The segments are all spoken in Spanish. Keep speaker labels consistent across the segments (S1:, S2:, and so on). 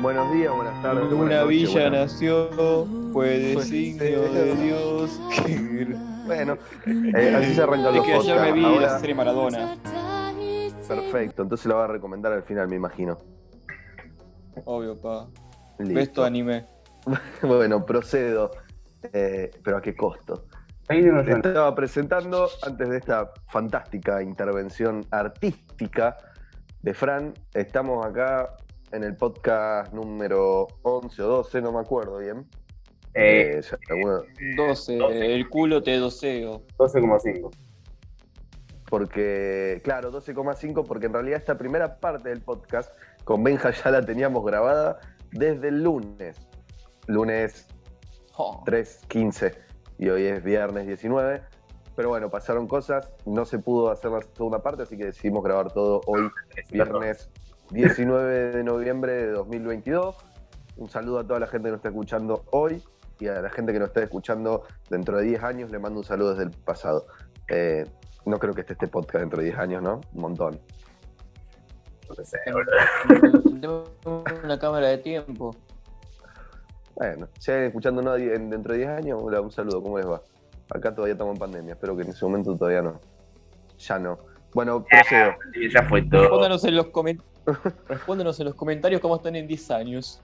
S1: Buenos días, buenas tardes.
S2: En
S1: buenas
S2: una
S1: noches,
S2: villa
S1: buenas-
S2: nació, fue
S1: Pues,
S2: designio
S1: sí.
S2: de Dios. que-
S1: Bueno, eh, así se arrancan
S2: Es
S1: los
S2: que ayer me
S1: podcasts.
S2: vi la
S1: Ahora,
S2: serie Maradona,
S1: perfecto, entonces la va a recomendar al final, me imagino.
S2: obvio, pa.
S1: Listo.
S2: Besto anime.
S1: Bueno, procedo. Eh, pero a qué costo.
S3: Ahí tiene razón.
S1: Estaba presentando, antes de esta fantástica intervención artística de Fran, estamos acá en el podcast número 11 o 12, no me acuerdo bien.
S3: Eh,
S1: Eh, ya- alguno-
S2: 12, el culo te doceo.
S3: 12,5.
S1: porque, claro, 12,5, porque en realidad esta primera parte del podcast con Benja ya la teníamos grabada desde el lunes. Lunes
S2: Oh.
S1: 3.15 y hoy es viernes 19. Pero bueno, pasaron cosas, no se pudo hacer la segunda parte, así que decidimos grabar todo hoy, viernes 19 de noviembre de 2022. Un saludo a toda la gente que nos está escuchando hoy y a la gente que nos está escuchando dentro de 10 años, le mando un saludo desde el pasado. Eh, no creo que esté este podcast dentro de 10 años, ¿no? Un montón.
S3: No sé,
S2: Tengo una cámara de tiempo.
S1: Bueno, siguen escuchando nadie en- dentro de 10 años, hola, un saludo, ¿cómo les va? Acá todavía estamos en pandemia, espero que en ese momento todavía no. Ya no. Bueno, procedo.
S3: boludo. Ya fue todo.
S2: Respóndanos en los, comen- Respóndanos en los comentarios cómo están en 10 años.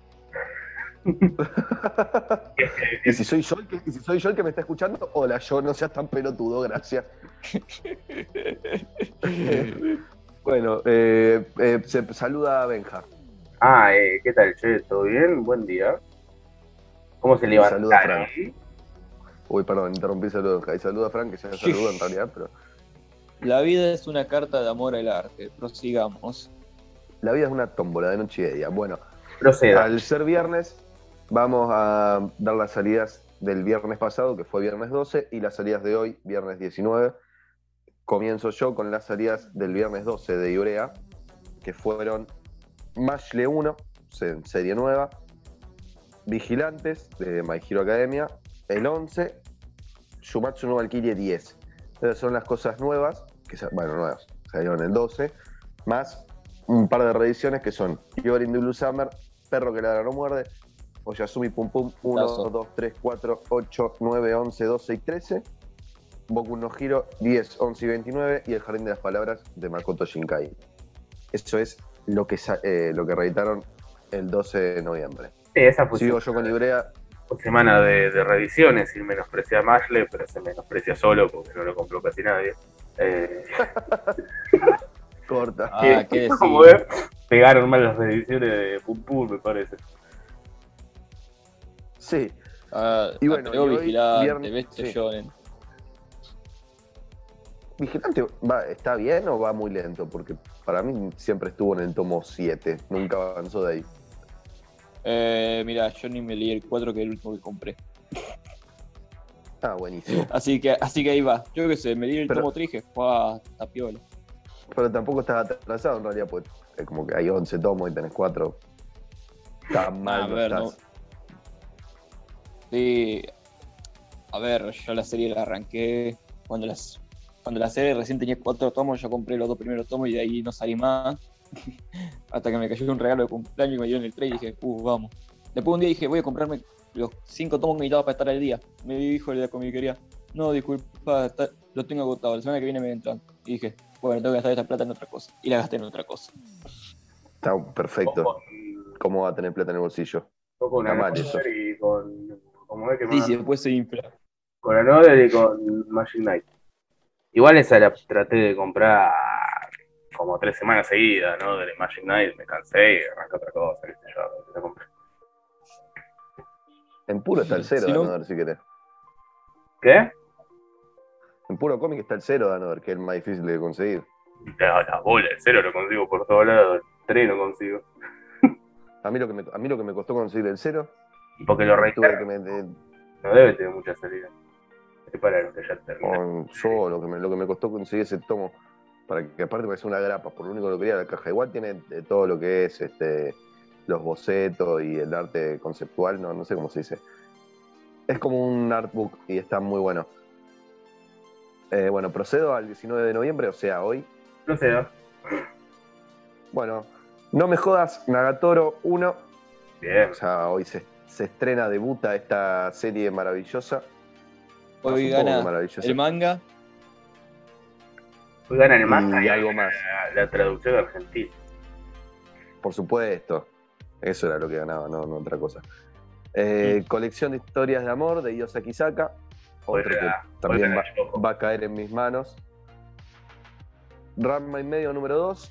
S1: y, si soy yo el que, y si soy yo el que me está escuchando, hola, yo no seas tan pelotudo, gracias. Bueno, eh, eh, se saluda a Benja.
S3: Ah, eh, ¿qué tal, che? ¿Todo bien? Buen día. ¿Cómo se le va
S1: Saluda,
S3: a eh?
S1: Fran. Uy, perdón, interrumpí el saludo de Benja. Y saluda a Frank, que ya saluda en realidad, pero.
S2: La vida es una carta de amor al arte. Prosigamos.
S1: La vida es una tómbola de noche y de día. Bueno,
S3: Proceda.
S1: Al ser viernes, vamos a dar las salidas del viernes pasado, que fue viernes 12, y las salidas de hoy, viernes 19. Comienzo yo con las salidas del viernes 12 de Ibrea, que fueron Mashle 1, se- serie nueva, Vigilantes de My Hero Academia, el 11, Shumatsu no Valkyrie 10. Esas son las cosas nuevas, que sa- bueno, nuevas, salieron el 12, más un par de reediciones que son Yorin de Blue Summer, Perro que ladra no muerde, Oyasumi Pum Pum 1,
S2: Tazo.
S1: 2, 3, 4, 8, 9, 11, 12 y 13, Boku no Hiro 10, 11 y 29 y El Jardín de las Palabras de Makoto Shinkai. Eso es lo que, sa- eh, lo que reeditaron el 12 de noviembre.
S3: Sí, esa
S2: Pues
S3: fue
S1: Sigo yo con Ibrea,
S3: su semana de, de revisiones, sin menospreciar a Mashle, pero se menosprecia solo porque no lo compró casi nadie. Eh,
S1: corta.
S2: Ah, qué decir.
S3: como ver, pegaron mal las revisiones de Pum Pum, me parece.
S1: Sí,
S2: Ah,
S1: Y bueno,
S2: Ateo
S1: y hoy,
S2: vigilante,
S1: viernes-
S2: bestia
S1: sí.
S2: shonen.
S1: Vigilante va, está bien o va muy lento, porque para mí siempre estuvo en el tomo 7, nunca avanzó de ahí.
S2: Eh, mira, yo ni me leí el 4 que es el último que compré.
S1: Ah, buenísimo.
S2: Así que, así que ahí va. Yo qué sé, me leí el
S1: Pero-
S2: tomo 3 y dije, "Fua, está piola.
S1: Pero tampoco estás atrasado en realidad, pues eh, como que hay 11 tomos y tenés 4. Está mal,
S2: a
S1: no
S2: ver, no.
S1: estás.
S2: Sí. A ver, yo la serie la arranqué. Cuando, las, cuando la serie recién tenía cuatro tomos, yo compré los dos primeros tomos y de ahí no salí más. Hasta que me cayó un regalo de cumpleaños y me dieron el 3 y dije, uh, vamos. Después un día dije, voy a comprarme los cinco tomos que necesitaba para estar al día. Me dijo el de la comiquería, no, disculpa, está- lo tengo agotado, la semana que viene me entran. Y dije, bueno, tengo que gastar esta plata en otra cosa. Y la gasté en otra cosa.
S1: Está perfecto.
S3: Con-
S1: ¿Cómo va a tener plata en el bolsillo?
S3: con una
S1: Está mal eso.
S3: Another y con. Como ve que
S2: Sí,
S3: me-
S2: sí, después se infla.
S3: Con Another y con Magic Knight. Igual esa la traté de comprar como tres semanas seguidas, ¿no? De Magic Knight, me cansé y arranqué otra cosa, qué sé yo. la compré.
S1: En puro está el cero,
S2: Si no-
S1: Danover, si querés.
S3: ¿Qué?
S1: En puro cómic está el cero, Danover, que es el más difícil de conseguir.
S3: La, la bola, el cero lo consigo por todos lados, el tres no consigo.
S1: A mí lo que me, a mí lo que me costó conseguir el cero,
S3: Y porque lo
S1: tuve
S3: reitero,
S1: que me, de-
S3: no debe tener mucha salida. Es para que ya terminé.
S1: con- yo lo que, me, lo que me costó conseguir ese tomo, para que aparte parece una grapa, por lo único que lo quería la caja. Igual tiene eh, todo lo que es este, los bocetos y el arte conceptual, no, no sé cómo se dice. Es como un artbook y está muy bueno. Eh, bueno, procedo al 19 de noviembre, o sea, hoy.
S3: No sé, ¿no?
S1: Bueno, no me jodas, Nagatoro 1,
S3: Bien.
S1: O sea, hoy se, se estrena, debuta esta serie maravillosa. Hace un
S2: Hoy
S1: poco que
S2: gana
S1: maravillosa.
S2: el manga.
S3: Hoy ganan el manga
S1: Mm, y algo más.
S3: La, la traducción argentina.
S1: Por supuesto. Eso era lo que ganaba, no, no otra cosa. Eh, Colección de historias de amor de Yosa Kisaka. Otro que
S3: Otra-
S1: también va,
S3: otra choco.
S1: va a caer en mis manos. Ranma y medio número 2.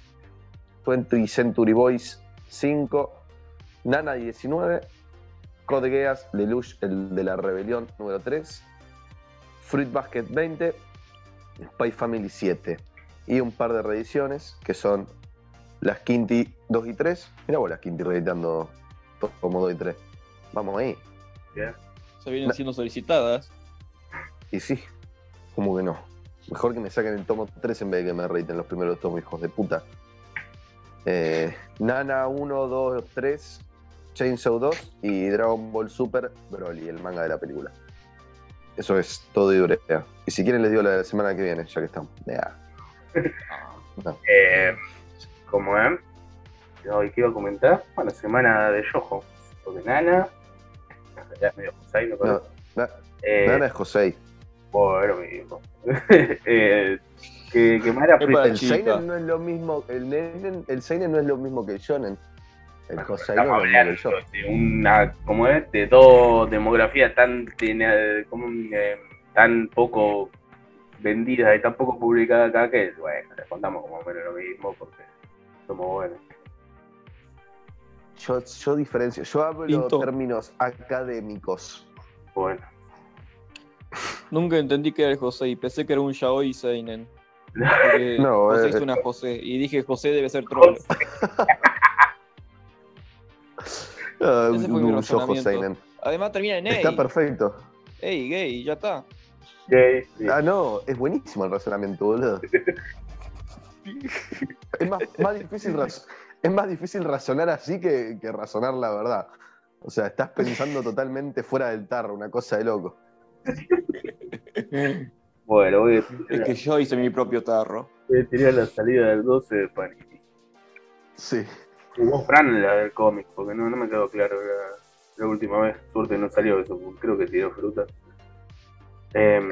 S1: 20 Century Boys 5. Nana 19. Code Geass Lelouch, el de la rebelión número 3. Fruit Basket 20. Spy Family 7. Y un par de reediciones que son las Quinti 2 y 3. Mirá vos las Quinti reeditando to- como 2 y 3. Vamos ahí.
S3: Bien.
S2: Se vienen
S1: La-
S2: siendo solicitadas.
S1: Y sí, ¿cómo que no? Mejor que me saquen el tomo 3 en vez de que me reiten los primeros tomos, hijos de puta. Eh, Nana 1, 2, 3, Chainsaw 2 y Dragon Ball Super Broly, el manga de la película. Eso es todo de Urea. Y si quieren les digo la de la semana que viene, ya que estamos. Ya.
S3: Eh, como es, hoy quiero comentar, bueno, semana de Yojo, porque Nana, en realidad es medio Josai, no,
S1: No, na-
S3: eh,
S1: Nana es Josei.
S3: bueno, mi hijo. eh, que, que Mara
S2: Es para
S1: El
S2: chica.
S1: Seinen no es lo mismo, el, Nenen- el Seinen no es lo mismo que el Shonen. El Josei no es lo
S3: Estamos
S1: mismo que el
S3: hablando
S1: Shonen.
S3: de una, como es, de dos demografías tan, de- como, eh, tan poco vendidas y tan poco publicadas acá que, bueno, les contamos como menos lo mismo porque somos buenos.
S1: Yo, yo diferencio, yo hablo
S2: Pinto.
S1: términos académicos.
S3: Bueno,
S2: Nunca entendí que era el José y pensé que era un Yaoi Seinen. Porque
S1: No,
S2: José
S1: eh,
S2: hizo una José y dije José debe ser troll.
S1: Ah,
S2: Ese fue
S1: un-
S2: mi
S1: un
S2: razonamiento.
S1: Yojo Seinen.
S2: Además termina en
S1: Está
S2: Ey.
S1: perfecto.
S2: Ey, gay, ya está.
S3: gay, sí.
S1: Ah, no, es buenísimo el razonamiento, boludo. es, más, más difícil raz- es más difícil razonar así que, que razonar la verdad. O sea, estás pensando totalmente fuera del tarro, una cosa de loco.
S2: es
S3: Bueno, voy a
S2: que yo hice mi propio tarro.
S3: voy a tirar Eh, la salida del 12 de Panini.
S1: Sí.
S3: Y vos, Fran, la del cómic, porque no, no me quedó claro la, la última vez. Suerte no salió eso, creo que tiró fruta. Em,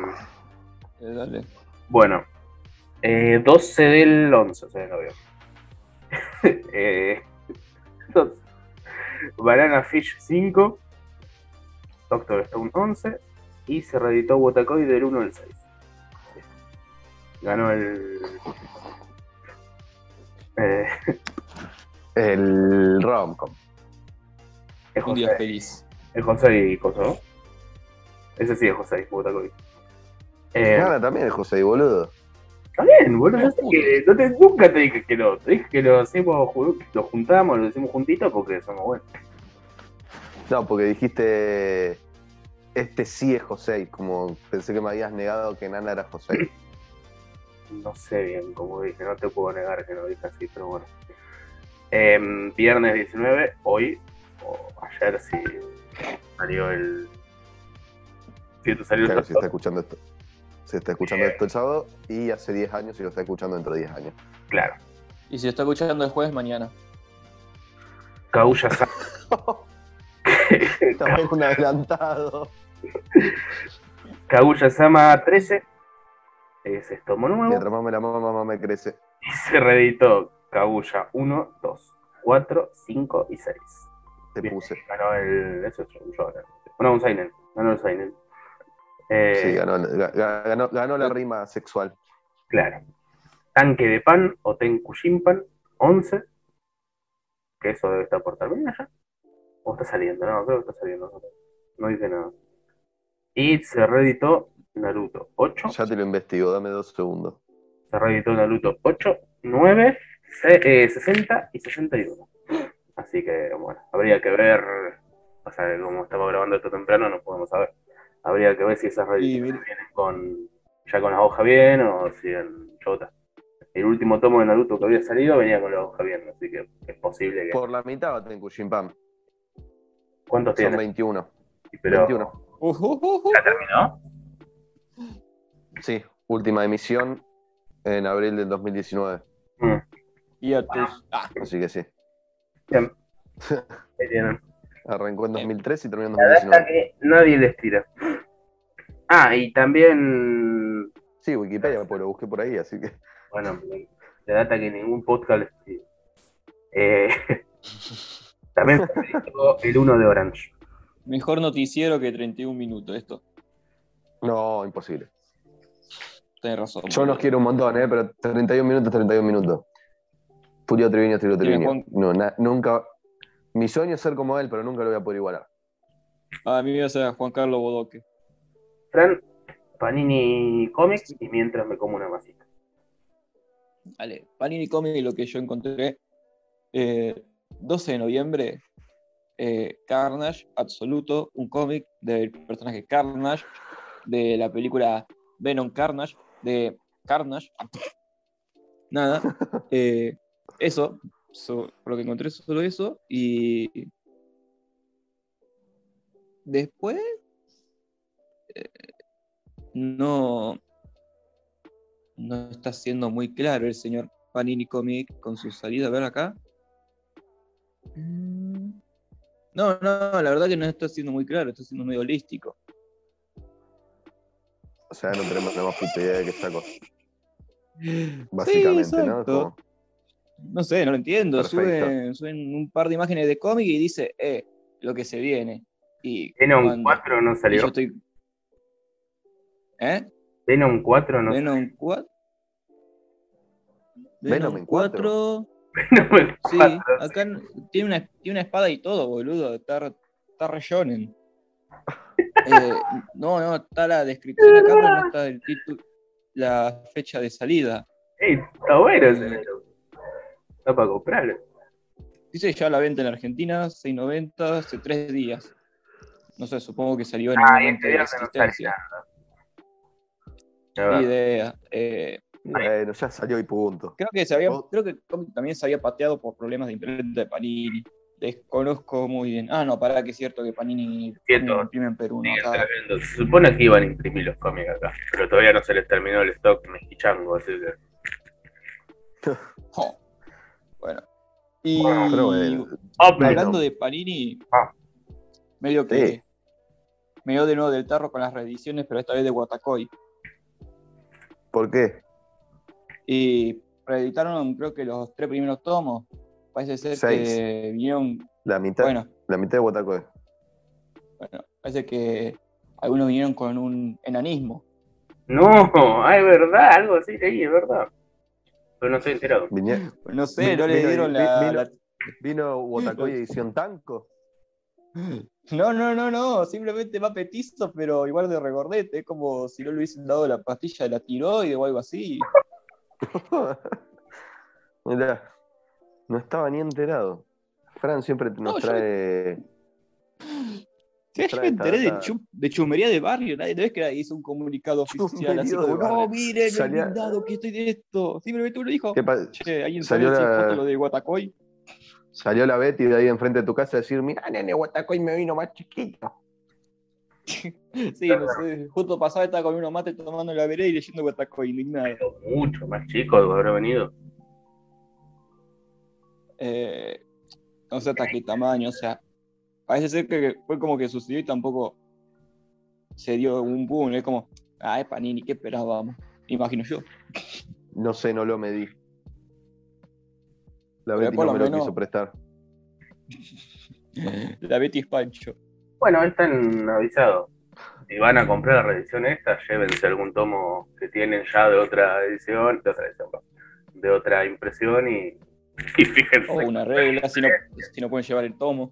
S2: Eh, Dale.
S3: bueno, eh, 12 del 11, o sea, no veo. eh, entonces, Banana Fish 5, Doctor Stone 11, y se reeditó Wotakoi del 1 al 6. Ganó el. Eh,
S1: El romcom.
S3: es
S2: Un
S3: José.
S2: día feliz.
S3: Es José y Coso, ¿no? Ese sí es José y Butacoy. Eh,
S1: Nada, también el José, boludo.
S3: está bien, boludo. yo sé que no te- nunca te dije que no. Te dije que lo hacemos, ju- lo juntamos, lo hacemos juntitos porque somos buenos.
S1: No, porque dijiste. Este sí es José, como pensé que me habías negado que Nana era José.
S3: No sé bien cómo dije, no te puedo negar que lo dije así, pero bueno. Eh, viernes 19, hoy, o ayer sí, salió el. Sí, tú salió el
S1: Claro, si
S3: doctor.
S1: está escuchando esto. Si está escuchando esto el sábado y hace 10 años y lo está escuchando dentro de 10 años.
S3: Claro.
S2: Y si está escuchando el jueves, mañana.
S3: Kaguya Sama.
S1: Estamos un adelantado.
S3: Kaguya Sama 13. Es esto nuevo.
S1: Mientras más me la mamá, mamá me crece.
S3: Y se reeditó Kaguya 1, 2, 4, 5 y 6.
S1: Te
S3: Bien.
S1: puse.
S3: Ganó el. Eso es un show, ¿no? No, un Silent. Ganó el Silent. Eh,
S1: Sí, ganó, ga- ga- ganó- ganó la rima sexual.
S3: Claro. Tanque de pan o Tenku Shinpan 11. Que eso debe estar por terminar ya. O está saliendo, no, creo que está saliendo. No dice nada. Y se reeditó Naruto 8.
S1: Ya te lo investigo, dame dos segundos.
S3: Se reeditó Naruto 8, 9, se- eh, 60 y 61. Así que, bueno, habría que ver. O sea, como estamos grabando esto temprano, no podemos saber. Habría que ver si esas reediciones
S2: mira.
S3: vienen con, ya con las hojas bien o si en chota. El último tomo de Naruto que había salido venía con la hoja bien, así que es posible que.
S1: Por la mitad va Tenku Shinpan.
S3: ¿Cuántos
S1: Son
S3: tiene?
S1: 21.
S3: Pero,
S1: 21.
S2: Uh, uh, uh, uh.
S3: ¿Ya terminó?
S1: Sí, última emisión en abril del 2019.
S3: Mm,
S2: Y a tus- Ah,
S1: Así que sí.
S3: ahí tienen.
S1: Arrancó en 2003 y terminó en
S3: La data
S1: 2019.
S3: que nadie les tira. Ah, y también.
S1: Sí, Wikipedia, pues lo busqué por ahí, así que.
S3: Bueno, la data que ningún podcast les tira. Eh, también fue elegido el 1 de Orange.
S2: Mejor noticiero que 31 minutos, esto.
S1: No, imposible.
S2: Tenés razón.
S1: Yo los quiero un montón, ¿eh? Pero 31 minutos, 31 minutos. Tulio Triviño, Tulio
S2: Tiene
S1: Triviño.
S2: Juan-
S1: No, na- nunca. Mi sueño es ser como él, pero nunca lo voy a poder igualar.
S2: A mí me iba a ser a Juan Carlos Bodoque.
S3: Fran, Panini Comics, y mientras me como una masita.
S2: Dale, Panini Comics, lo que yo encontré. eh, 12 de noviembre, eh, Carnage Absoluto, un cómic del personaje Carnage, de la película Venom Carnage, de Carnage. Nada, eh, eso, so- por lo que encontré, solo eso. Y. Después. eh, no. No está siendo muy claro el señor Panini Comic con su salida. A ver acá. Mm. No, no, la verdad que no está siendo muy claro, está siendo medio holístico.
S1: O sea, no tenemos la más puta idea de qué saco. Básicamente,
S2: Sí,
S1: ¿no?
S2: exacto.
S1: Como-
S2: No sé, no lo entiendo.
S1: Perfecto.
S2: Suben, suben un par de imágenes de cómic y dice, eh, lo que se viene. Y
S3: Venom
S2: cuando-
S3: 4 no
S2: y yo
S3: salió.
S2: estoy. ¿Eh?
S3: Venom 4 no salió.
S2: Venom 4.
S1: Venom en cuatro.
S3: Venom
S2: Sí,
S3: 4.
S2: acá n- tiene una, tiene una espada y todo, boludo. Está, re- está re shonen. Eh, no, no, está la descripción acá, pero no está el título, la fecha de salida.
S3: Ey, está bueno ese Venom. Está para comprarlo.
S2: Dice ya la venta en Argentina, 6.90, hace tres días. No sé, supongo que salió en
S3: Ah,
S2: el
S3: y
S2: momento
S3: este
S2: de la
S3: viernes no sale
S2: existencia.
S3: La
S2: Ni
S3: verdad.
S2: idea. Eh,
S1: Bueno, ya salió y punto.
S2: creo que se había,
S1: Vos-
S2: creo que Comic también se había pateado por problemas de internet de Panini. Desconozco muy bien. Ah, no, pará, que es cierto que Panini
S3: Cierto.
S2: imprime en Perú.
S3: Sí,
S2: no, Ah,
S3: está
S2: acá.
S3: viendo. Se supone que iban a imprimir los cómics acá, pero todavía no se les terminó el stock mexichango, así que
S2: Jo. Oh. Bueno. Y
S3: Bueno,
S1: pero bueno.
S2: hablando
S1: Venom.
S2: de Panini,
S3: Ah.
S2: medio que
S1: Sí.
S2: me dio de nuevo del tarro con las reediciones, pero esta vez de Watakoi.
S1: ¿Por qué?
S2: Y reeditaron creo que los tres primeros tomos. Parece ser
S1: Seis.
S2: que vinieron,
S1: La mitad,
S2: bueno,
S1: la mitad de Botacoe.
S2: bueno, parece que algunos vinieron con un enanismo.
S3: No, ah, es verdad, algo así leí, es verdad. Pero no estoy enterado.
S1: Viñe-
S2: No sé,
S1: Vino-
S2: no le
S1: vino-
S2: dieron
S1: vi-
S2: la,
S1: vino-
S2: la-
S1: Vino Botacoe edición tanco.
S2: No, no, no, no, simplemente va petizo, pero igual de regordete, es como si no le hubiesen dado la pastilla de la tiroide o algo así.
S1: Mirá, no estaba ni enterado. Fran siempre nos
S2: No, yo-
S1: trae.
S2: Sí, yo
S1: Trae,
S2: me enteré de,
S1: trae, trae.
S2: chum- de chumería de barrio, nadie no es que hizo un comunicado oficial
S1: Chumería
S2: así
S1: de
S2: como,
S1: barrio".
S2: no, miren,
S1: Salía-
S2: el blindado que estoy de esto. Simplemente uno dijo,
S1: ¿Qué pa-
S2: che, alguien
S1: salió
S2: sabe si
S1: la-
S2: es lo de Guatacoy.
S1: Salió la Betty de ahí enfrente de tu casa a decir: Mirá, nene, Botacoe me vino más chiquito.
S2: Sí, no sé, justo pasaba estaba con uno mate tomando la vereda y leyendo Guatacoy, indignado.
S3: Pero Mucho más chicos habrá venido.
S2: Eh, no sé hasta qué tamaño, o sea, parece ser que fue como que sucedió y tampoco se dio un boom, es como, ah, es Panini, ¿qué esperábamos? Imagino yo.
S1: No sé, no lo medí. La
S2: Pero
S1: Betty
S2: por
S1: no
S2: lo
S1: me lo
S2: menos-
S1: quiso prestar.
S2: La Betty es Pancho.
S3: Bueno, están avisados. Si van a comprar la reedición esta, llévense algún tomo que tienen ya de otra edición, de otra edición, va, de otra impresión y, y fíjense,
S2: O una regla, si Oh, no, si no pueden llevar el tomo.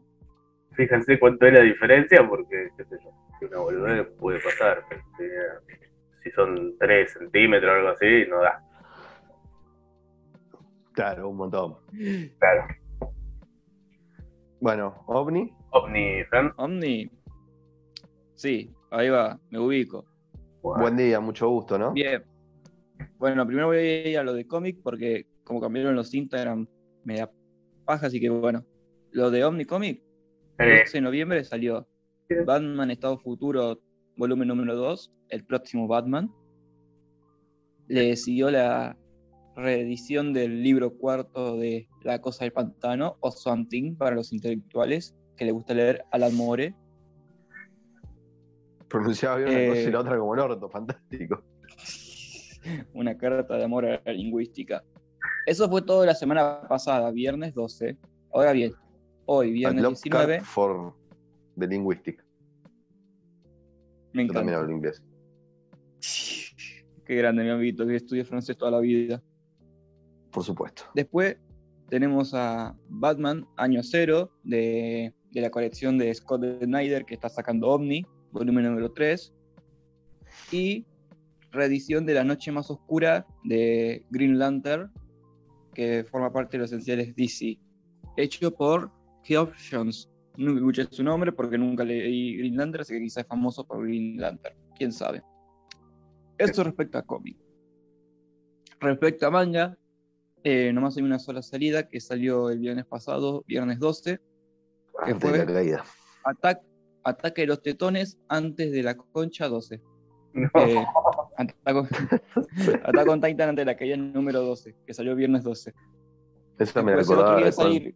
S3: fíjense cuánto es la diferencia, porque, qué sé yo, si una boludez puede pasar. pero si- Si son 3 centímetros o algo así, no da.
S1: Claro, un montón.
S3: Claro.
S1: Bueno, OVNI.
S3: Omni, Fran.
S2: Omni. Sí, ahí va, me ubico.
S1: Buen día, mucho gusto, ¿no?
S2: Bien. Bueno, primero voy a ir a lo de cómic porque como cambiaron los Instagram me da paja, así que bueno. Lo de Omni Comic, el
S3: Eh,
S2: 12 de noviembre salió
S3: Sí.
S2: Batman Estado Futuro, volumen número 2, el próximo Batman. Le siguió la reedición del libro cuarto de La Cosa del Pantano, o Something para los intelectuales, que le gusta leer Alan Moore.
S1: Pronunciaba bien una cosa y
S2: Eh.
S1: la otra como el orto, fantástico.
S2: Una carta de amor a la lingüística. Eso fue todo la semana pasada, viernes 12. Ahora bien, hoy, viernes
S1: I love
S2: 19,
S1: Cat for de lingüística.
S2: me
S1: Yo también
S2: encanta.
S1: hablo inglés.
S2: Qué grande, mi amiguito, que estudia francés toda la vida.
S1: Por supuesto.
S2: Después tenemos a Batman Año Cero de, de la colección de Scott Snyder que está sacando Omni, volumen número 3. Y reedición de La Noche Más Oscura de Green Lantern, que forma parte de los esenciales DC. Hecho por Geoff Jones. No escuché su nombre porque nunca leí Green Lantern, así que quizás es famoso por Green Lantern. Quién sabe. Eso respecto a cómic. Respecto a manga, eh, nomás hay una sola salida que salió el viernes pasado, viernes 12.
S1: Antes de la
S2: fue?
S1: caída.
S2: Atac- ataque de los tetones antes de la concha 12.
S3: No,
S2: Eh, Ataco- Attack on Titan antes de la caída número 12, que salió viernes 12.
S1: Esa me la
S2: Después el otro
S1: acordaba.
S2: que iba a
S1: de cuando-
S2: salir.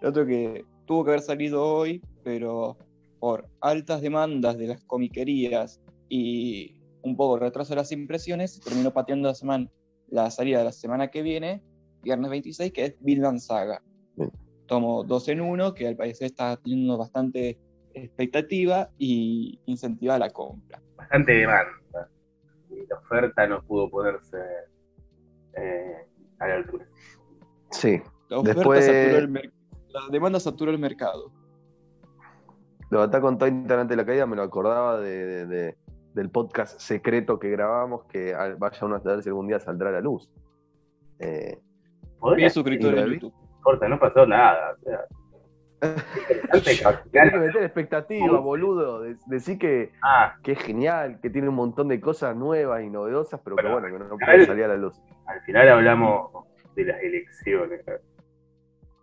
S2: El otro que tuvo que haber salido hoy, pero por altas demandas de las comiquerías y un poco de retraso de las impresiones, terminó pateando la, semana, la salida de la semana que viene, viernes 26, que es Vinland Saga.
S1: Bien.
S2: Tomo dos en uno, que al parecer está teniendo bastante expectativa y incentiva la compra.
S3: bastante demanda. Y la oferta no pudo ponerse eh, a la altura.
S1: Sí,
S2: La oferta
S1: Después-
S2: saturó el mer- la demanda saturó el mercado.
S1: lo de Attack on Titan antes de la caída me lo acordaba de, de- de- del podcast secreto que grabamos, que al- vaya uno a saber si algún día saldrá a la luz. Eh,
S3: Podría
S2: Mil
S3: ser,
S2: suscriptores
S1: ¿lo
S2: en
S1: vi?
S2: YouTube.
S3: corta, no pasó nada. O sea, interesante
S1: Hay que
S3: capitán.
S1: meter expectativa, boludo. de- decir que,
S3: Ah,
S1: que es genial, que tiene un montón de cosas nuevas y novedosas, pero que
S3: Pero,
S1: bueno, que no
S3: a ver.
S1: puede salir a la luz.
S3: al final hablamos de las elecciones.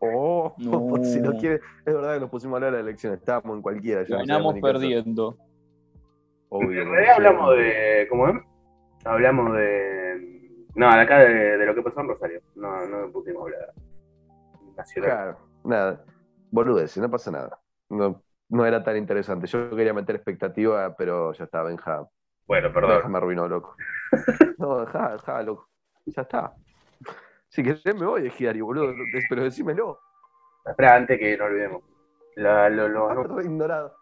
S1: Oh,
S2: No.
S1: si no quiere, es verdad que nos pusimos a hablar de la elección, estábamos en cualquiera. ya no
S2: Ganamos
S1: sabíamos ni qué hacer.
S2: perdiendo.
S1: Obvio,
S3: en
S1: no
S3: realidad
S1: sé.
S3: hablamos de. ¿Cómo es? Hablamos de. No, de acá de, de lo que pasó en Rosario. No, no pudimos hablar. Nacional.
S1: Claro, nada. Boludeces, no pasa nada. No, no era tan interesante. Yo quería meter expectativa, pero ya está, Benja.
S3: Bueno,
S1: Benja
S3: perdón.
S1: me arruinó, loco. No, dejá, dejá, loco. Ya está. Si querés me voy de Giari, boludo, pero decímelo.
S3: Espera, antes que no olvidemos. La, lo, lo-
S1: Lo re Ah, ignorado.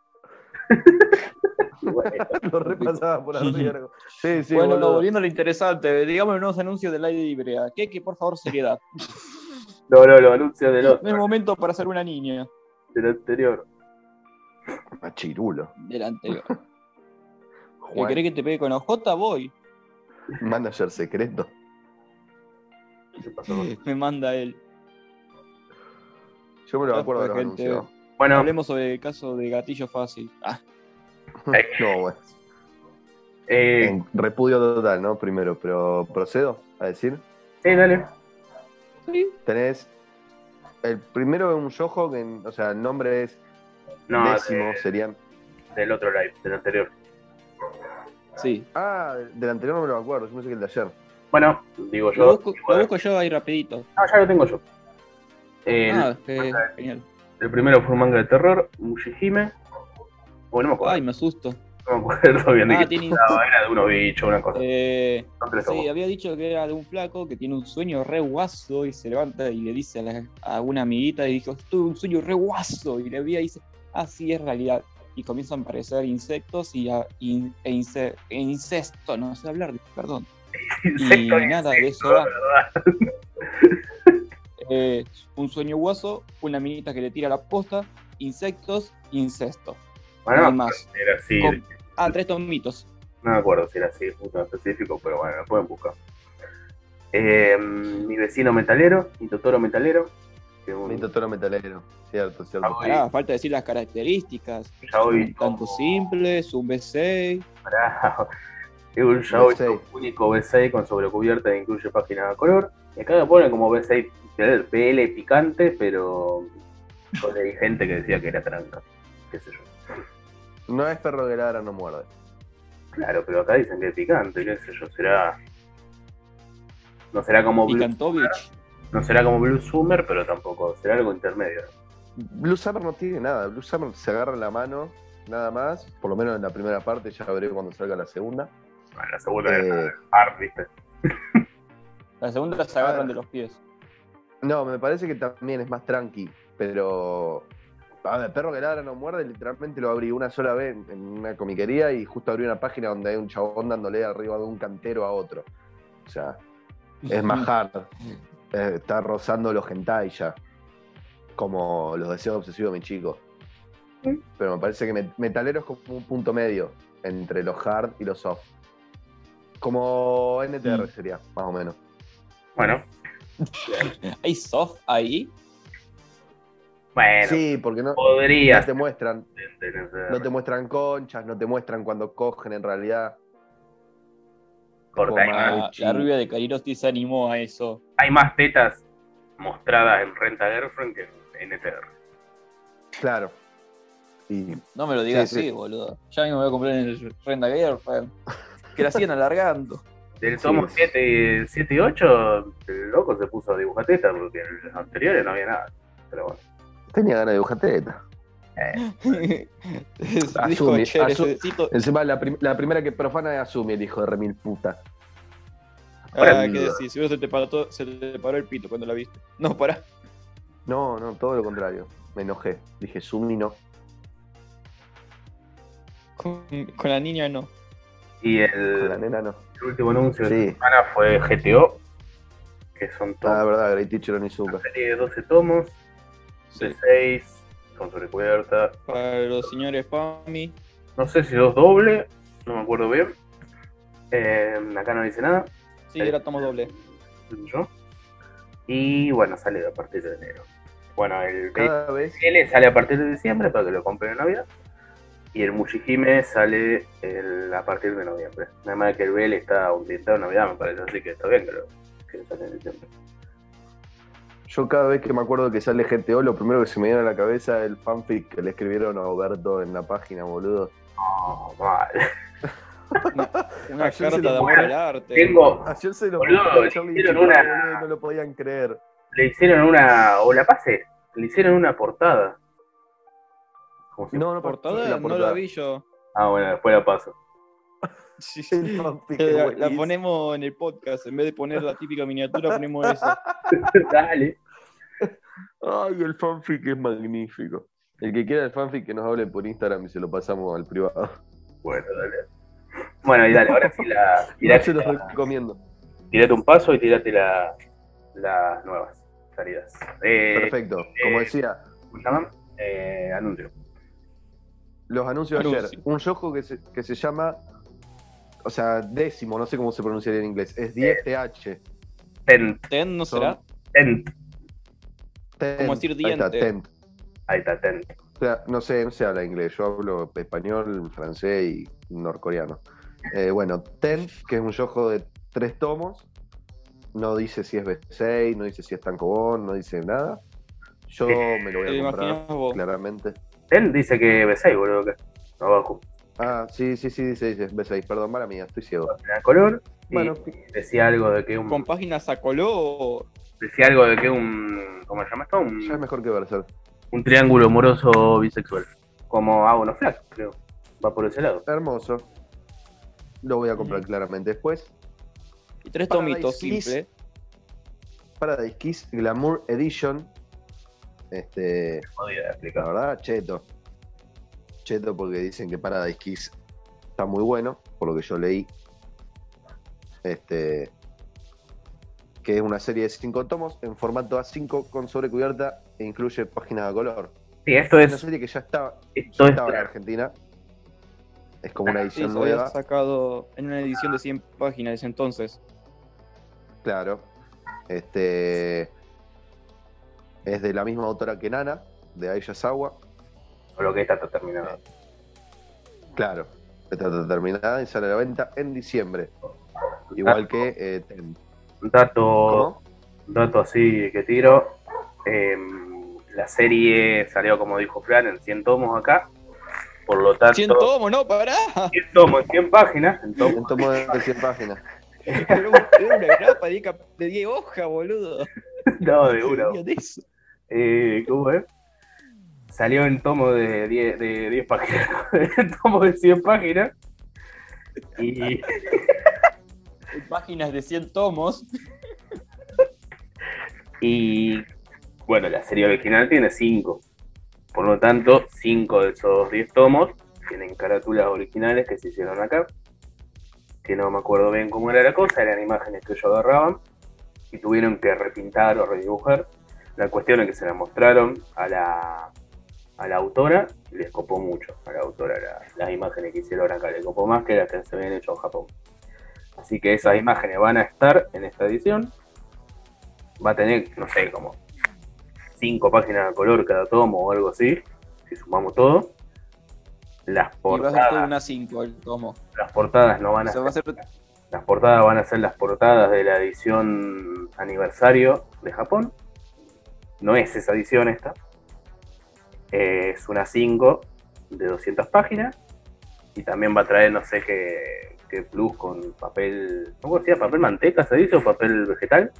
S3: bueno,
S1: Lo repasaba por arriba. Sí, sí,
S2: bueno,
S1: boludo.
S2: volviendo a lo interesante, digamos los nuevos anuncios del aire libre. ¿A ¿Qué que por favor seriedad?
S3: lo, lo, lo anuncio del
S2: No es
S3: otro,
S2: momento para ser una niña.
S3: del anterior.
S1: Machirulo.
S2: Delante. ¿Que
S1: Juan,
S2: querés que te pegue con la OJ? Voy.
S1: manager secreto.
S3: ¿Qué pasó con-
S2: Me manda él.
S1: Yo me lo
S2: Ya
S1: acuerdo de
S2: fue,
S1: los
S2: gente.
S1: anuncios.
S3: Bueno,
S2: Hablemos sobre el caso de gatillo fácil. Ah,
S1: No, bueno.
S3: eh,
S1: En repudio total, ¿no? Primero, pero procedo a decir.
S3: sí, dale.
S2: sí.
S1: Tenés. El primero es un yojo, que, en- o sea, el nombre es
S3: No,
S1: décimo,
S3: de-
S1: serían.
S3: del otro live, del anterior.
S2: Sí.
S1: Ah, del anterior no me lo acuerdo, yo pensé que el de ayer.
S3: Bueno, digo
S2: Lo
S3: yo.
S2: busco,
S3: digo-
S2: lo busco yo ahí rapidito.
S3: No, ya lo tengo yo. El,
S2: ah, que- genial.
S3: el primero fue un manga de terror, Mushihime. Bueno, no me acuerdo.
S2: Ay, me asusto.
S3: No me acuerdo bien de
S2: Ah,
S3: qué
S2: tiene...
S3: trataba, era de unos bichos, una cosa.
S2: Eh,
S3: Son tres tomos.
S2: Sí, había dicho que era de un flaco que tiene un sueño re guaso y se levanta y le dice a, la- a una amiguita y dijo, tuve un sueño re guaso y le veía y dice, ah, sí, es realidad. Y comienzan a aparecer insectos y a- in- e, ince- e incesto, no sé hablar, perdón. Y
S3: Insecto,
S2: nada de eso va. Eh, un sueño guaso, una amiguita que le tira la posta, insectos, incesto.
S3: Bueno,
S2: Nada más.
S3: era así.
S2: Com- Ah, tres tomitos.
S3: No me acuerdo si era así, justo en específico, pero bueno, lo pueden buscar. Eh, mi vecino metalero, mi totoro metalero. que un-
S1: Mi totoro metalero. Cierto,
S3: Ah,
S1: cierto.
S3: bueno.
S2: Pará, falta decir las características.
S3: Ya voy.
S2: Tanto simples, un B6.
S3: Pará. Es un show
S1: B6.
S3: único B6 con sobrecubierta e incluye página de color. Y acá lo ponen como B6 eh, PL picante, pero yo leí gente que decía que era tranca. Qué sé yo.
S1: No es perro que ladra, no muerde.
S3: Claro, pero acá dicen que es picante, qué sé yo, será. No será como
S2: Y
S3: Blue,
S2: Kantovich.
S3: no será como Blue Summer, pero tampoco será algo intermedio.
S1: Blue Summer no tiene nada. Blue Summer se agarra la mano, nada más. Por lo menos en la primera parte, ya veré cuando salga la segunda.
S3: Bueno, la segunda
S1: Eh,
S3: es Art, ¿viste?
S2: La segunda se agarran
S1: Ah.
S2: de los pies.
S1: No, me parece que también es más tranqui, pero. A ver, perro que ladra no muerde, literalmente lo abrí una sola vez en una comiquería y justo abrí una página donde hay un chabón dándole arriba de un cantero a otro. O sea, es majar. Eh, está rozando los hentai ya. Como los deseos obsesivos de mi chico. Pero me parece que me- metalero es como un punto medio entre los hard y los soft. Como NTR
S2: Mm.
S1: sería, más o menos.
S3: Bueno,
S2: ¿Hay soft ahí?
S3: bueno,
S1: Sí, porque no, no
S3: podrías.
S1: te muestran.
S3: tener-
S1: No te muestran conchas, no te muestran cuando cogen en realidad.
S3: Porque hay,
S1: Ah,
S2: La,
S1: chico.
S2: la rubia de Carirosti se animó a eso.
S3: hay más tetas mostradas en Renta Girlfriend que en NTR.
S1: Claro. Y
S2: No me lo digas
S1: Sí, sí.
S2: así, boludo. Ya mismo me voy a comprar en el Renda Girlfriend. Que la siguen alargando.
S3: Del
S1: Sí.
S3: tomo 7 7 y 8, el loco se puso a dibujar tetas porque en los anteriores no había nada. Pero bueno.
S1: tenía ganas de dibujar teta. Eh.
S2: Dijo,
S1: Asumi,
S2: che,
S1: asumi.
S2: necesito...
S1: Encima, la, prim- la primera que profana es Asumi, el hijo de remil puta.
S2: Ah,
S1: Ahora-
S2: ¿qué decís? Si vos se te, paró, se te paró el pito cuando la viste. No, pará.
S1: No, no, todo lo contrario. Me enojé. Dije, Sumi no.
S2: Con, con la niña no.
S3: Y
S1: Con la
S3: el,
S1: nena no.
S3: el último anuncio de
S1: Sí.
S3: esta semana fue GTO, que son
S1: Ah,
S3: todas
S1: verdad, Great Teacher Onizuka.
S3: serie de 12 tomos,
S2: Sí.
S3: de 6, con sobrecubierta.
S2: Para los señores Pami.
S3: No sé si dos doble, no me acuerdo bien. Eh, acá no dice nada.
S2: Sí,
S1: Eh.
S2: ahora estamos doble.
S3: yo. Y bueno, sale a partir de enero. Bueno, el
S1: Cada vez.
S3: BL sale a partir de diciembre para que lo compren en Navidad. Y el Mushihime sale el- a partir de noviembre. Nada más que el BL está ambientado en Navidad, me parece, así que está bien que lo que lo saquen en diciembre.
S1: Yo cada vez que me acuerdo que sale GTO, lo primero que se me viene a la cabeza es el fanfic que le escribieron a Oberto en la página, boludo.
S3: No, Oh, mal.
S2: Una
S1: Ayer se
S2: carta
S1: lo
S2: de amor
S1: juro.
S2: al arte.
S3: Tengo,
S1: Ayer Ah, se lo
S3: Boludo,
S1: mostré a
S3: le
S1: Charlie
S3: hicieron
S1: Chico,
S3: una-
S1: boludo, y no lo podían creer.
S3: le hicieron una. O la pase, le hicieron una portada. Como si-
S1: No, no,
S2: Portada,
S1: la
S2: no la vi yo.
S3: Ah, bueno, después la paso.
S2: Sí, sí.
S1: El fanfic es
S2: La, la
S1: buenísimo.
S2: ponemos en el podcast. En vez de poner la típica miniatura, ponemos esa.
S3: Dale.
S1: Ay, el fanfic es magnífico. El que quiera el fanfic que nos hable por Instagram y se lo pasamos al privado.
S3: Bueno, dale. Bueno, y dale, ahora sí la.
S1: Ya
S3: tirate
S1: se los
S3: la-
S1: recomiendo.
S3: tirate un paso y tirate la- las nuevas salidas. Eh,
S1: Perfecto. Como
S3: eh,
S1: decía,
S3: ¿Cómo se llaman? Eh, anuncio.
S1: los anuncios de ayer.
S2: anuncio.
S1: Un yojo que se, que se llama, o sea, décimo, no sé cómo se pronunciaría en inglés. Es
S2: Eh,
S1: 10TH.
S3: Tent,
S2: ¿Ten no
S1: Son-
S2: será?
S3: tent.
S1: Tent.
S2: Como decir
S1: Ahí está,
S2: diente.
S1: tent.
S3: Ahí está, tent.
S1: O sea, no sé, no se habla inglés. Yo hablo español, francés y norcoreano. Eh, bueno, Ten, que es un yojo de tres tomos, no dice si es B6, no dice si es Tankobon, no dice nada. Yo me lo
S2: ¿Te
S1: voy a comprar,
S2: imaginas vos?
S1: claramente.
S3: Tent dice que B6, boludo. Que no abajo.
S1: Ah, sí, sí, sí, dice, dice B6. Perdón, mala mía, estoy ciego.
S3: Era color. Y
S1: Bueno.
S3: decía algo de que
S2: ¿Con
S3: un.
S2: páginas a color?
S3: Decía algo de que un. ¿Cómo se llama esto?
S1: Ya es
S3: Un,
S1: mejor que Berserk.
S3: un triángulo amoroso bisexual. Como Agono Flack, creo. Va por ese lado.
S1: Hermoso. Lo voy a comprar claramente después.
S2: Y tres
S1: Paradise
S2: tomitos
S1: Kiss.
S2: simple.
S1: Paradise Kiss Glamour Edition. Este,
S3: Podía
S1: La
S3: explicar.
S1: verdad, cheto. Cheto porque dicen que Paradise Kiss está muy bueno, por lo que yo leí. Este. Que es una serie de cinco tomos en formato A5 con sobrecubierta e incluye páginas a color.
S3: Sí, esto
S1: Es una
S3: es.
S1: serie que ya estaba, ya
S3: Esto es.
S1: estaba en Argentina. Es como una
S2: Sí,
S1: edición
S2: se había
S1: nueva.
S2: sacado en una edición de 100 páginas desde entonces.
S1: Claro. Este. Es de la misma autora que Nana, de Aya Sawa.
S3: Lo que está está terminado.
S1: Claro, está terminada y sale a la venta en diciembre.
S2: Ah.
S1: Igual que eh, Ten.
S3: Dato.
S2: Oh.
S1: ¿Cómo?
S3: dato así que tiro. eh, la serie salió, como dijo Fran, en 100 tomos acá. Por lo tanto,
S2: 100 tomos, no, pará.
S3: 100 tomos, 100 páginas. En tomos.
S1: Un tomo de 100 páginas.
S2: Era un- era una grapa de cap- de 10 hojas, boludo.
S3: No, de una.
S2: Tenía de eso.
S3: Eh, ¿Cómo es? Salió en tomo de 10, de 10 páginas, en tomo de 100 páginas. Y
S2: Páginas de 100 tomos.
S3: Y bueno, la serie original tiene 5. Por lo tanto, 5 de esos 10 tomos tienen carátulas originales que se hicieron acá. Que no me acuerdo bien cómo era la cosa, eran imágenes que ellos agarraban y tuvieron que repintar o redibujar. La cuestión es que se la mostraron a la, a la autora y les copó mucho a la autora la- las imágenes que hicieron acá, le copó más que las que se habían hecho en Japón. Así que esas imágenes van a estar en esta edición va a tener, no sé, como cinco páginas a color cada tomo o algo así, si sumamos todo. Las
S2: Y va a ser toda
S3: portadas,
S2: una 5 el tomo.
S3: las portadas no van
S2: O sea,
S3: a ser,
S2: va a ser
S3: las portadas van a ser las portadas de la edición aniversario de Japón. No es esa edición esta. Eh, es una 5 de 200 páginas. Y también va a traer, no sé qué, qué plus con papel. ¿Cómo decía? ¿Papel manteca se dice o papel vegetal?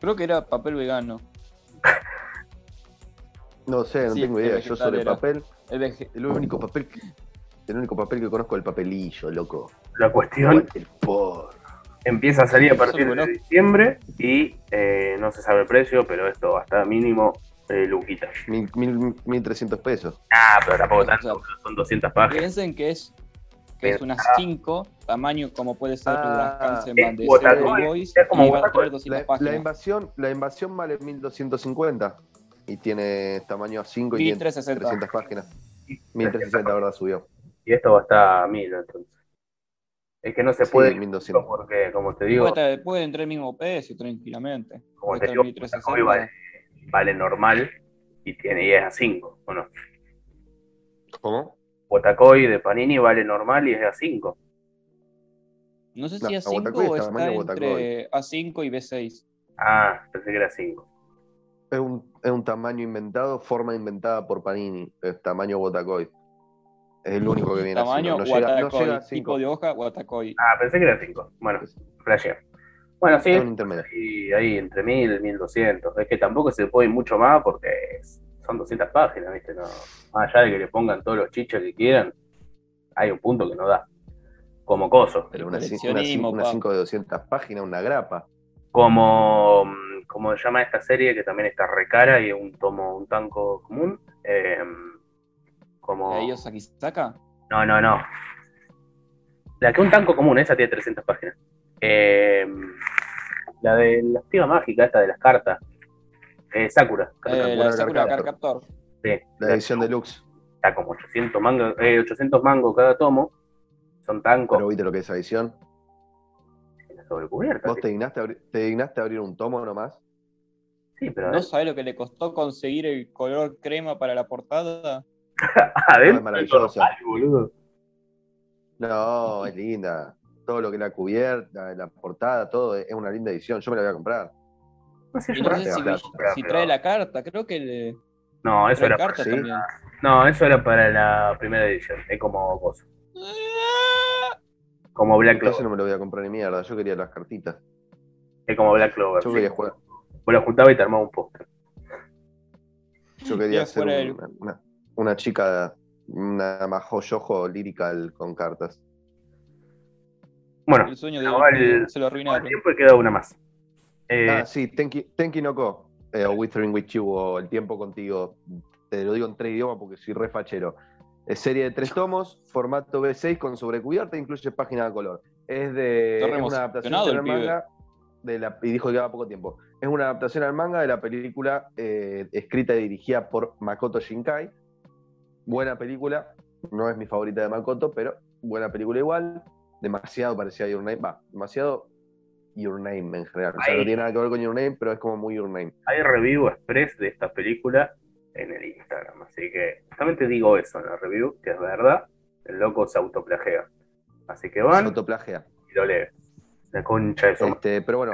S2: Creo que era papel vegano.
S1: No sé, no
S2: Sí,
S1: tengo
S2: de
S1: idea. Yo sobre
S2: vegetalera.
S1: papel,
S2: El vege-
S1: el único papel que, el único papel que conozco es el papelillo, loco.
S3: La cuestión
S1: Cualquier por.
S3: Empieza a salir a
S2: Eso
S3: partir de
S2: conozco.
S3: diciembre y eh, no se sabe el precio, pero esto va a estar mínimo eh, Luquita.
S1: Mil, mil, mil trescientos pesos.
S3: Ah, pero tampoco
S2: O sea,
S3: tanto, son 200 páginas.
S2: Piensen que es que es
S3: Pero-
S2: unas 5, tamaño como puede ser
S1: Ah,
S2: las Hansen
S3: es
S2: Band de
S3: Botacoin,
S2: Sailor Boys,
S3: es como
S2: y va a
S3: Botacoin.
S2: tener
S1: La,
S2: 200
S1: la
S2: páginas.
S1: invasión, la invasión vale 1250 y tiene tamaño A5 y tiene
S2: 1360.
S1: 300 páginas. 1360, la verdad, subió.
S3: Y esto va a estar a 1000, entonces. Es que no se puede
S1: Sí,
S3: ir
S1: 1200.
S3: porque, como te digo,
S2: Puede, estar- puede entrar el mismo precio tranquilamente.
S3: como
S2: puede
S3: te
S2: estar
S3: digo,
S2: 1360.
S3: Hoy vale, vale normal y tiene 10 a 5, ¿o no?
S1: ¿Cómo?
S3: Botacoy de Panini vale normal y es a 5.
S2: No sé
S1: No,
S2: si
S1: la
S2: A5
S1: Botacoin
S2: o
S1: es
S2: está
S1: tamaño
S2: entre A5 y B6.
S3: Ah, pensé que era 5.
S1: Es un, es un tamaño inventado, forma inventada por Panini. Es tamaño Botacoy. Es el único que viene así,
S2: Tamaño
S1: no- no
S2: o
S1: llega- no
S2: Atacoy.
S1: llega a
S2: tipo
S1: cinco.
S2: de hoja o Atacoy.
S3: Ah, pensé que era 5. Bueno, flashé. Bueno, sí,
S1: Es un intermedio.
S3: Y ahí entre 1000, 1200. Es que tampoco se puede ir mucho más porque es- son 200 páginas, ¿viste? No, más allá de que le pongan todos los chichos que quieran, hay un punto que no da. Como coso.
S1: Pero
S2: El
S1: una 5
S2: coleccionismo, pa.
S1: de 200 páginas, una grapa.
S3: Como, mm, como se llama esta serie, que también está recara y es un tomo, un tanco común. eh, como.
S2: ¿La de Yosakisaka?
S3: No, no, no. La que un tanco común, esa tiene 300 páginas. Eh, la de la activa mágica, esta de las cartas. Eh, Sakura.
S2: Eh,
S1: Sakura
S2: la de Sakura
S1: Card
S2: Carcaptor.
S3: Sí,
S1: La edición deluxe.
S3: Está como 800 mangos, eh, 800 mangos cada tomo. Son tancos.
S1: Pero viste lo que es esa edición.
S3: sobrecubierta.
S1: ¿Vos te dignaste, a abri- te dignaste a abrir un tomo nomás?
S3: Sí, pero
S2: ¿No sabés lo que le costó conseguir el color crema para la portada?
S1: No,
S3: adentro.
S1: Ah, es maravilloso.
S3: Ay, boludo.
S1: No, es linda. Todo lo que es la cubierta, la portada, todo, es una linda edición. Yo me la voy a comprar.
S3: No sé,
S2: Y
S3: yo
S2: no
S3: creo
S2: sé
S3: que
S2: si,
S3: la
S1: claro,
S3: compra,
S2: si
S3: pero-
S2: trae la carta, creo que le
S3: No, eso
S2: trae
S3: era,
S2: carta
S1: sí.
S2: también.
S3: no, eso era para la primera edición. Es como cosa. Como Black
S1: Entonces
S3: Clover.
S1: no me lo voy a comprar ni mierda. Yo quería las cartitas.
S3: Es como Black Clover.
S1: Yo
S3: sí.
S1: quería jugar.
S3: Vos lo juntabas y te armabas un póster.
S1: Yo quería
S2: Ya
S1: ser
S2: fuera
S1: un- una, una chica, una majoyojo lyrical con cartas.
S3: Bueno,
S2: El sueño de
S3: Ahora el-
S2: se lo
S3: con el
S2: arruinaron.
S3: tiempo y queda una más. Eh,
S1: Ah, sí, Tenki, tenki no Ko, eh, o Withering with You, o El tiempo contigo. Te lo digo en tres idiomas porque soy re fachero. Es serie de tres tomos, formato B6 con sobrecubierta, incluye página de color. Es de
S2: Está re
S1: es una adaptación
S2: emocionado
S1: al
S2: el pibe.
S1: manga de la, y dijo que llevaba poco tiempo. Es una adaptación al manga de la película eh, escrita y dirigida por Makoto Shinkai. Buena película, no es mi favorita de Makoto, pero buena película igual. Demasiado parecía a Your Name, va, demasiado Your Name en general. O sea,
S3: Ahí.
S1: no tiene nada que ver con Your Name, pero es como muy Your Name.
S3: hay review express de esta película en el Instagram. Así que solamente digo eso en la review, que es verdad. El loco se autoplagea. Así que
S1: Se
S3: van
S1: autoplagea.
S3: y lo leen. La concha de su madre.
S1: Este, pero bueno,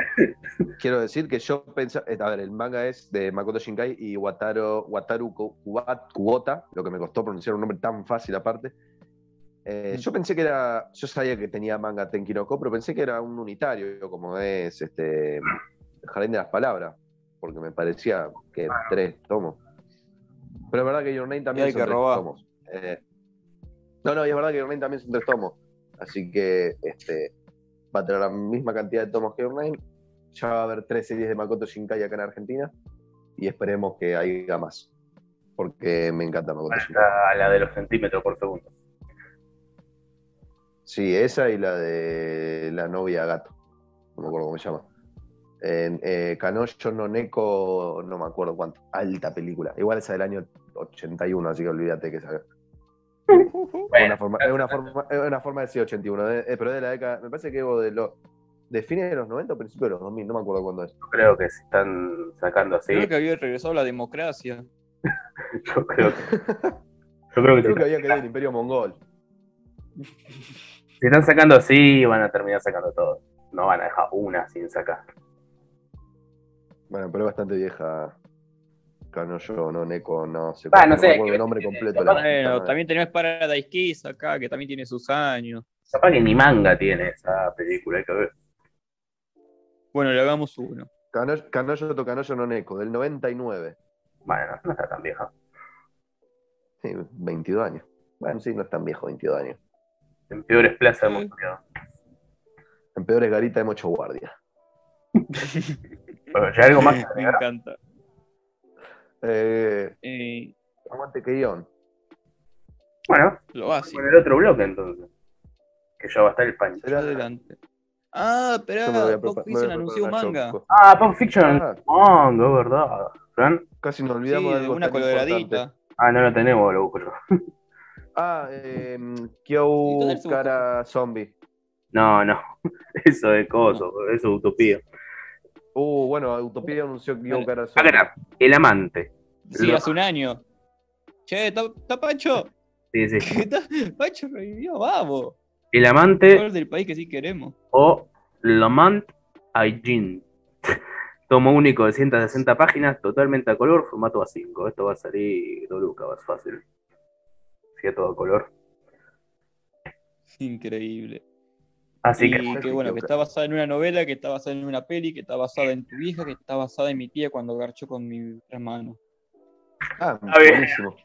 S1: quiero decir que yo pensaba. A ver, el manga es de Makoto Shinkai y Wataru, Wataru Ku- Kuba- Kubota, lo que me costó pronunciar un nombre tan fácil aparte. Eh,
S2: Mm.
S1: yo pensé que era. Yo sabía que tenía manga Tenkinoko, pero pensé que era un unitario, como es este. El Jardín de las Palabras, porque me parecía que tres tomos. Pero es verdad que Your Name también
S4: Y hay
S1: son
S4: que
S1: tres
S4: robar.
S1: tomos. Eh, no, no, y es verdad que Your Name también son tres tomos. Así que este, va a tener la misma cantidad de tomos que Your Name. Ya va a haber tres series de Makoto Shinkai acá en Argentina. Y esperemos que haya más. Porque me encanta Makoto Shinkai.
S3: Está la de los centímetros por segundo.
S1: Sí, esa y la de la novia gato. No me acuerdo cómo se llama. En, eh, Kanoyo no Neko, no me acuerdo cuánto. Alta película. Igual esa del año 81, así que olvídate que esa. Es una
S3: Bueno,
S1: forma, es una forma, es una forma de decir 81, eh, eh, pero es de la década. Me parece que es de los. De fines de los 90 o principios de los 2000, no me acuerdo cuándo es.
S3: yo creo que se están sacando así.
S2: Creo que había regresado la democracia.
S3: Yo creo que. Yo creo que,
S1: Creo que
S3: si,
S1: había quedado el Imperio Mongol.
S3: si están sacando así, van a terminar sacando todo. No van a dejar una sin sacar.
S1: Bueno, pero es bastante vieja. Canoyo, no, Neko, no sé.
S3: Ah, no sé,
S1: me
S3: que-
S1: acuerdo el nombre completo. de la puta
S2: Bueno,
S1: madre.
S2: también tenemos Paradise Kiss acá, que también tiene sus años.
S3: Capaz que ni manga tiene esa película, hay que ver.
S2: Bueno, le hagamos uno.
S1: Canoyo, Canoyo to Canoyo no Neko, del 99.
S3: Bueno, no está tan vieja.
S1: Sí, 22 años. Bueno, sí, no es tan viejo, 22 años.
S3: En peores plazas
S2: Sí.
S3: hemos quedado.
S1: En peores garitas hemos hecho guardia.
S3: Bueno, ya algo más. que
S2: Me
S3: agregar?
S2: encanta.
S1: Eh,
S2: Eh,
S1: aguante que guión.
S3: Bueno,
S2: lo básico.
S3: con el otro bloque entonces. Que ya va a estar el pancho.
S1: Pero-
S2: Adelante.
S1: Yo
S2: Ah,
S1: me voy a
S2: esperá,
S1: prepa-
S2: Pop
S1: me voy a
S2: Fiction anunció un
S1: preparar yo.
S2: manga.
S3: Ah, Pop Fiction.
S1: Ah,
S3: Manga, ¿verdad? ¿Fran?
S1: casi nos
S2: Sí,
S1: olvidamos de
S2: de
S1: algo
S2: una
S1: tan importante.
S2: coloradita.
S3: Ah, no lo tenemos, lo busco yo.
S1: Ah, eh,
S2: Sí,
S1: Kyo
S2: todo el segundo.
S1: cara zombie.
S3: No, no. Eso de coso, eso es utopía.
S1: Uh, bueno, Utopía anunció Kyo
S2: Vale.
S1: cara zombie.
S3: Acá, el amante.
S2: Sí,
S3: Lo-
S2: hace un año. Che, está está Pacho.
S3: Sí, sí.
S2: ¿Qué está? Pacho revivió, vamos.
S3: El amante
S2: Gol del país que sí queremos.
S3: o L'amant Aijin. Tomo único de 160 páginas, totalmente a color, formato A5. Esto va a salir dos lucas, más fácil. Si es todo a color.
S2: Increíble.
S3: Así que
S2: y qué bueno, que está basada en una novela, que está basada en una peli, que está basada en tu hija, que está basada en mi tía cuando garchó con mi hermano.
S1: Ah,
S3: Está bien.
S1: buenísimo.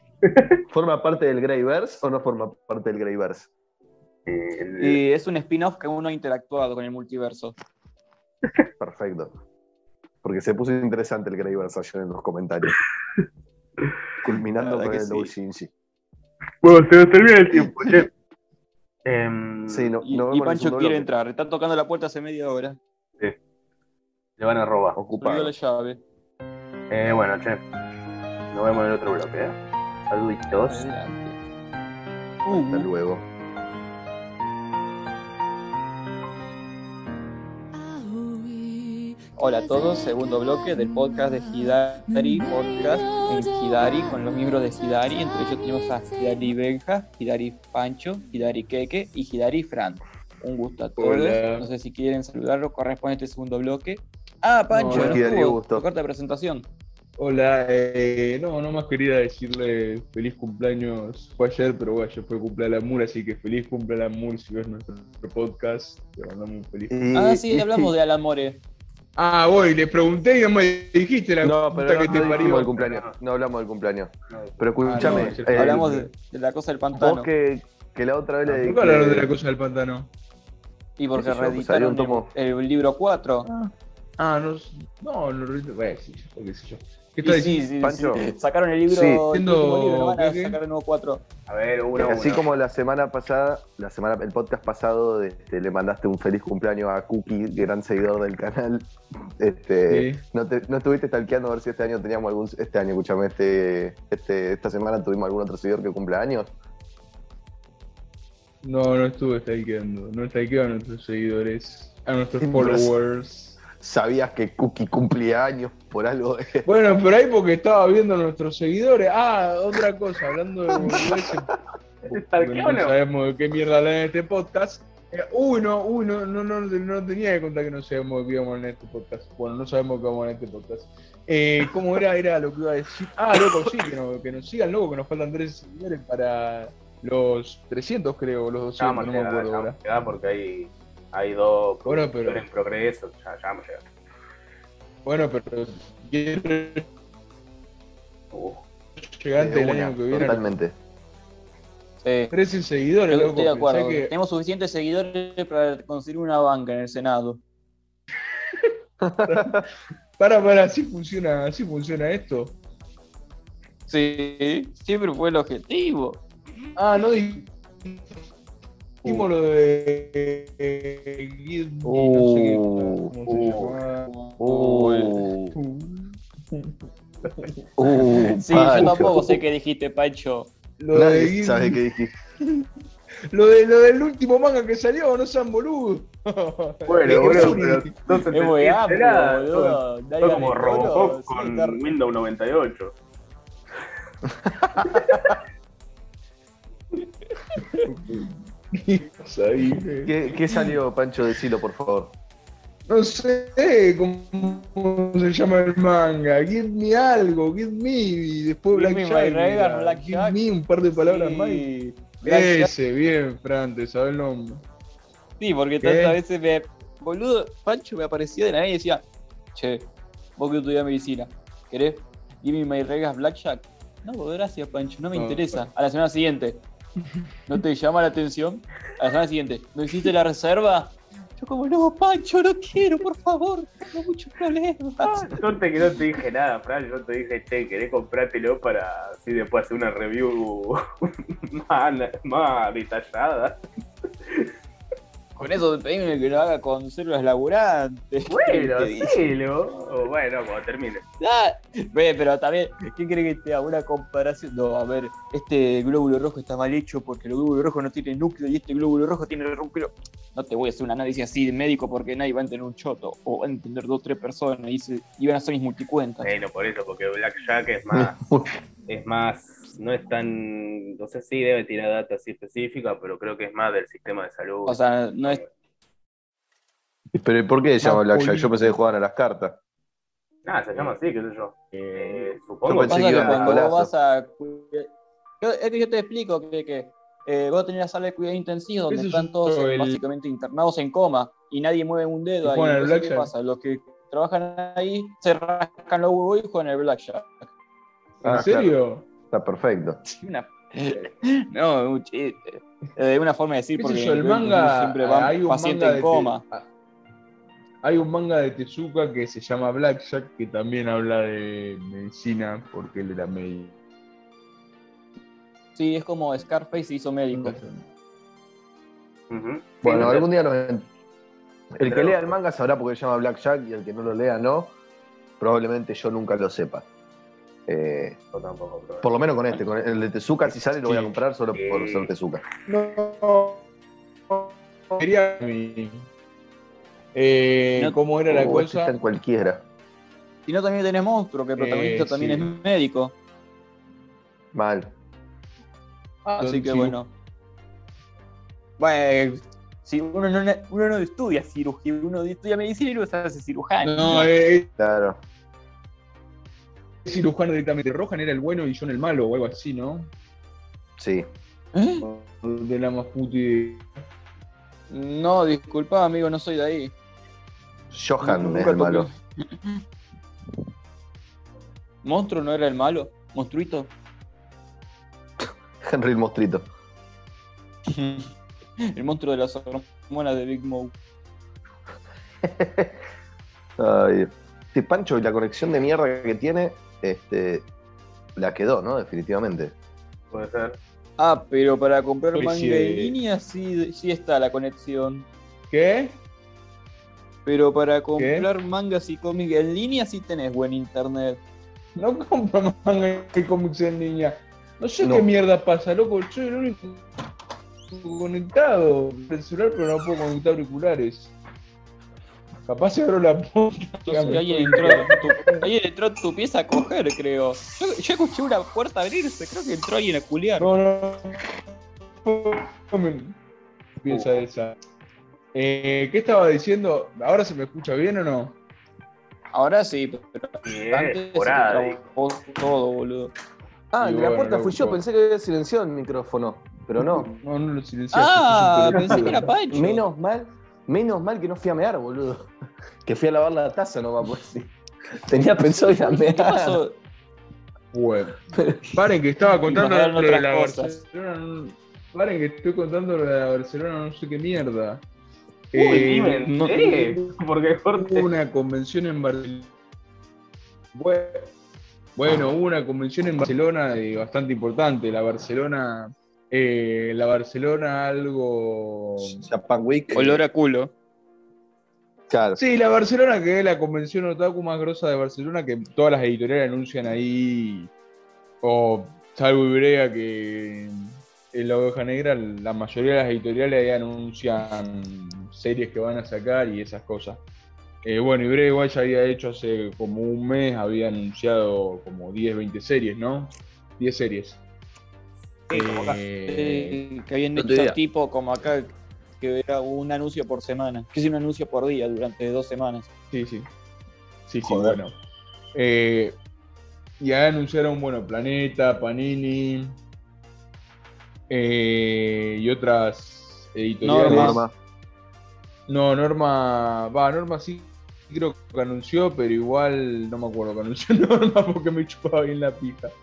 S1: ¿Forma parte del Greyverse o no forma parte del Greyverse?
S3: eh, el-
S2: Y es un spin-off que uno ha interactuado con el multiverso.
S1: Perfecto. Porque se puso interesante el Greyverse ayer en los comentarios.
S2: La
S1: Culminando
S2: verdad
S1: con
S2: que
S1: el
S2: sí.
S1: Lou Shinji.
S3: Bueno, se nos termina el tiempo, che. Em,
S1: Sí, no,
S2: Y,
S1: nos vemos
S2: y
S1: en el
S2: Pancho
S1: segundo
S2: quiere
S1: bloque.
S2: entrar, está tocando la puerta hace media hora.
S3: Le van a robar.
S2: Perdió
S1: Ocupado.
S2: la llave.
S3: Eh, bueno, che. Nos vemos en el otro bloque, eh. Saluditos.
S2: Adelante.
S1: Hasta
S2: Uh.
S1: luego.
S2: Hola a todos, segundo bloque del podcast de Hidari, podcast en Hidari, con los miembros de Hidari, entre ellos tenemos a Hidari Benja, Hidari Pancho, Hidari Keke y Hidari Fran. Un gusto a todos,
S4: Hola.
S2: no sé si quieren saludarlo, corresponde este segundo bloque. Ah, Pancho,
S4: Hola,
S2: no
S1: Hidari,
S2: estuvo,
S1: gusto.
S2: tu carta de presentación.
S4: Hola, eh, no, no más quería decirle feliz cumpleaños. Fue ayer, pero bueno, ayer fue cumpleaños Mur, así que feliz cumpleaños Mur si ves nuestro podcast. Te mandamos un feliz.
S1: Y-
S2: Ah, sí, hablamos de Alamore.
S4: Ah, voy, le pregunté y no me dijiste la
S1: No,
S4: puta
S1: pero no,
S4: que te
S1: no
S4: parió.
S1: dijimos el cumpleaños. No hablamos del cumpleaños. Pero
S4: Ah,
S1: escúchame.
S4: no, sí.
S1: eh,
S2: Hablamos de, de la cosa del
S1: Vos
S2: pantano.
S1: que, que la otra vez le
S4: ¿Por qué hablaron de
S1: que-
S4: la cosa del pantano?
S2: Y porque
S1: qué sé yo, pues,
S2: reeditaron
S1: salió un tomo.
S2: el, el libro 4.
S4: Ah, no, no, no, no, bueno, sí, o qué sé yo. ¿Qué
S2: Y
S4: estás
S2: sí,
S4: diciendo?
S2: sí,
S1: Pancho?
S2: sí, Sacaron el libro,
S1: Sí.
S2: el último libro, no van a
S4: Siendo-
S2: sacar el nuevo 4.
S3: A ver, uno, uno.
S1: Así como la semana pasada, la semana, el podcast pasado, este, le mandaste un feliz cumpleaños a Cookie, gran seguidor del canal. Este,
S4: Sí.
S1: no, te- no estuviste stalkeando a ver si este año teníamos algún. Este año, escúchame, este, este, esta semana tuvimos algún otro seguidor que cumple años.
S4: No, no estuve stalkeando. No stalkeo a nuestros seguidores, a nuestros
S1: Sí,
S4: followers.
S1: Sabías que Cookie cumplía años por algo de.
S4: Bueno, por ahí porque estaba viendo a nuestros seguidores. Ah, otra cosa, hablando de boludeces, porque
S3: ¿Stalkeo o
S4: no
S3: no?
S4: sabemos de qué mierda hablar en este podcast. Eh, Uno, uno, no, no, no tenía que contar que no sabemos de qué vamos a hablar en este podcast. Bueno, no sabemos de qué vamos a hablar en este podcast. Eh, ¿Cómo era? Era lo que iba a decir. Ah, loco, sí, que, no- que nos sigan, loco, que nos faltan tres seguidores para los 300, creo, los
S3: Ya
S4: 200,
S3: vamos a
S4: no me
S3: llegar, ya
S4: acuerdo
S3: vamos
S4: ahora.
S3: a llegar porque hay, hay dos
S4: Bueno, pero-
S3: en progreso. Ya, ya vamos a llegar.
S4: Bueno, pero quiero
S3: Uh,
S4: Llega antes
S1: De
S4: del
S1: una,
S4: año que viene.
S1: Totalmente.
S2: Sí.
S4: 13 seguidores,
S2: Yo
S4: loco.
S2: estoy de
S4: pensé
S2: acuerdo.
S4: que-
S2: Tenemos suficientes seguidores para conseguir una banca en el Senado.
S4: Para, para, así funciona, así funciona esto.
S2: Sí, siempre fue el objetivo.
S4: Ah, no di- dijimos lo de eh, Guild y no sé qué,
S1: Uh,
S4: cómo se
S3: uh.
S4: llamaba.
S1: Uh, uh,
S2: Sí, yo
S1: Pancho.
S2: tampoco sé qué dijiste, Pancho.
S4: Lo de
S1: Nadie
S4: Guild-
S1: sabe qué dijiste.
S4: lo de- lo del último manga que salió, no sean boludos.
S3: Bueno, boludo,
S4: Sony.
S3: pero no se
S2: Es muy
S3: entiende
S2: amplio,
S3: nada. Todo-
S2: boludo. Dale,
S3: todo como
S2: dale,
S3: Robocop
S2: boludo. Sí,
S3: con
S2: está-
S3: Windows 98.
S1: ¿Qué, qué salió, Pancho? Decilo, por favor.
S4: No sé cómo, cómo se llama el manga. Give me algo, give me. Y después
S2: Give
S4: Black
S2: me my
S4: Jack.
S2: Reagan,
S4: mira.
S2: Black
S4: give
S2: Jack.
S4: me un par de palabras más. y-
S2: Sí. Black Jack.
S4: Ese, bien, Fran, te sabe el nombre.
S2: Sí, porque
S4: ¿Qué?
S2: tantas veces me. Boludo, Pancho me aparecía de la nada y decía: Che, vos que estudiás medicina, ¿querés? Give me my regas blackjack. No, boludo, gracias, Pancho, no me
S4: No,
S2: interesa. A la semana siguiente, ¿no te llama la atención? A la semana siguiente, ¿no hiciste la reserva? Yo, como, no, Pancho, no quiero, por favor, tengo muchos problemas.
S3: Suerte que no te dije nada, Fran. Yo te dije, che, querés comprártelo para así después hacer una review más, más detallada.
S2: Con eso te pedime que lo haga con células laburantes.
S3: Bueno,
S2: Te dije.
S3: sí, lo. Bueno, cuando termine.
S2: Ah, ve, pero también, ¿qué cree que te haga una comparación? No, a ver, este glóbulo rojo está mal hecho porque el glóbulo rojo no tiene núcleo y este glóbulo rojo tiene núcleo. No te voy a hacer un análisis así de médico porque nadie va a entender un choto o va a entender dos o tres personas y, se- y van a hacer mis multicuentas.
S3: Bueno, por eso, porque Black Jack es más. Es más. No es tan. No sé si debe tirar data así específica, pero creo que es más del sistema de salud.
S2: O sea, no es.
S1: Pero ¿y ¿por qué se llama
S4: Más
S1: Blackjack?
S4: político.
S1: Yo pensé que jugaban a las cartas.
S3: Ah, se llama así, qué sé yo. Eh, supongo
S1: pensé
S2: Pasa
S1: que
S2: que
S1: iba a
S2: cuando vos
S1: Nicolás.
S2: vas a. cuida- Yo, es que yo te explico que, que eh, vos tenés la sala de cuidado intensivo donde
S4: Ese es
S2: están todos
S4: el-
S2: básicamente internados en coma y nadie mueve un dedo
S4: Y
S2: ahí.
S4: juegan al
S2: Entonces, ¿Qué
S4: blackjack.
S2: pasa? Los que trabajan ahí se rascan los huevos y juegan el blackjack.
S4: ¿En
S1: Ah,
S4: serio?
S1: Está perfecto.
S2: Una... no, es un chiste. Eh, una forma de decir
S4: ¿Qué
S2: porque
S4: sé yo? El manga.
S2: siempre van
S4: hay un
S2: paciente
S4: manga de
S2: en coma.
S4: Te- Hay un manga de Tezuka que se llama Blackjack que también habla de medicina porque él era médico.
S2: Sí, es como Scarface se hizo médico.
S3: Ujú.
S1: Bueno,
S3: Sí,
S1: algún día nos... El que
S3: Pero-
S1: lea el manga sabrá porque se llama Blackjack y el que no lo lea no. Probablemente yo nunca lo sepa. Eh,
S3: yo tampoco, pero-
S1: por lo menos con este, con el de Tezuka, si sale lo voy a comprar solo por
S4: Eh,
S1: ser Tezuka.
S4: No. Quería mi- Eh,
S2: No-
S4: ¿Cómo era la
S1: Uh, este está
S4: cosa?
S1: en cualquiera.
S2: Si no, también tenés monstruo, que el protagonista
S4: Eh,
S2: también
S4: sí.
S2: es médico.
S1: Mal.
S2: Así
S4: Don
S2: que
S4: Chiu.
S2: bueno. Bueno, si uno no, uno no estudia cirugía, uno estudia medicina y luego se hace cirujano.
S4: No, eh,
S1: Claro.
S4: es cirujano directamente. Rohan era el bueno y yo el malo o algo así, ¿no?
S1: Sí.
S2: ¿Eh?
S4: De la más puta idea.
S2: No, disculpa, amigo, no soy de ahí.
S1: Johan
S2: Nunca
S1: es el
S2: toqué.
S1: malo.
S2: ¿Monstruo no era el malo? ¿Monstruito?
S1: Henry el Mostrito.
S2: el monstruo de las hormonas de Big Mouth.
S1: Ay, sí, Pancho, y la conexión de mierda que tiene, este, la quedó, ¿no? Definitivamente.
S3: Puede ser.
S2: Ah, pero para comprar
S4: Especie
S2: manga
S4: de-
S2: en línea sí, sí está la conexión.
S4: ¿Qué?
S2: Pero para comprar mangas y cómics en línea sí tenés buen internet.
S4: No compro manga y cómics en línea. No sé
S1: No.
S4: qué mierda pasa, loco. Soy el único conectado. El celular, pero no puedo conectar auriculares. Capaz se abro la puerta.
S2: Entonces, alguien, entró a tu, alguien entró a tu pieza a coger, creo. Yo, yo escuché una puerta abrirse, creo que entró alguien a culiar.
S4: No, no. No me-
S1: Uh.
S4: Piensa esa. Eh, ¿Qué estaba diciendo? ¿Ahora se me escucha bien o no?
S2: Ahora sí, pero
S3: Bien,
S2: antes se
S3: temporada,
S2: te trabó todo, boludo.
S1: Ah,
S4: Y
S1: el de
S4: bueno,
S1: la puerta fui yo,
S4: loco.
S1: pensé que había silenciado el micrófono, pero no.
S4: No, no lo silenciaste.
S2: Ah,
S4: sos un
S2: pensé que era
S4: pelotudo.
S2: Pancho.
S1: Menos mal, menos mal que no fui a mear, boludo. Que fui a lavar la taza nomás, pues sí. Tenía pensado ir a mear.
S2: ¿Qué pasó?
S4: Bueno, paren que estaba contando
S2: Imaginaron
S4: lo de
S2: otras
S4: la
S2: cosas.
S4: Barcelona. no- Paren que estoy contando lo de la Barcelona, no sé qué mierda. Eh,
S3: Uy, ni me
S4: no-
S3: enteré, porque
S4: Hubo
S3: corte.
S4: una convención en Barcelona. Bueno, hubo una convención en Barcelona y bastante importante. La Barcelona. eh, la Barcelona algo.
S1: Japan Week.
S2: Olor a culo.
S1: Claro.
S4: Sí, la Barcelona, que es la convención otaku más grosa de Barcelona, que todas las editoriales anuncian ahí. O salvo Ibrea, que en la oveja negra, la mayoría de las editoriales ahí anuncian series que van a sacar y esas cosas. Eh, bueno, Ibrea igual ya había hecho hace como un mes, había anunciado como 10, 20 series, ¿no? 10 series.
S3: Sí, como acá.
S4: Eh,
S2: Eh, que habían
S1: no
S2: hecho
S1: te diga.
S2: tipo como acá, que era un anuncio por semana. Que es un anuncio por día durante dos semanas.
S4: Sí, sí. Sí, sí,
S1: Joder.
S4: bueno. Eh, y ahí anunciaron, bueno, Planeta, Panini eh, y otras editoriales.
S2: Norma.
S1: Norma.
S4: No, Norma. Va, Norma sí creo que anunció, pero igual no me acuerdo que anunció Norma porque me chupaba bien la pija.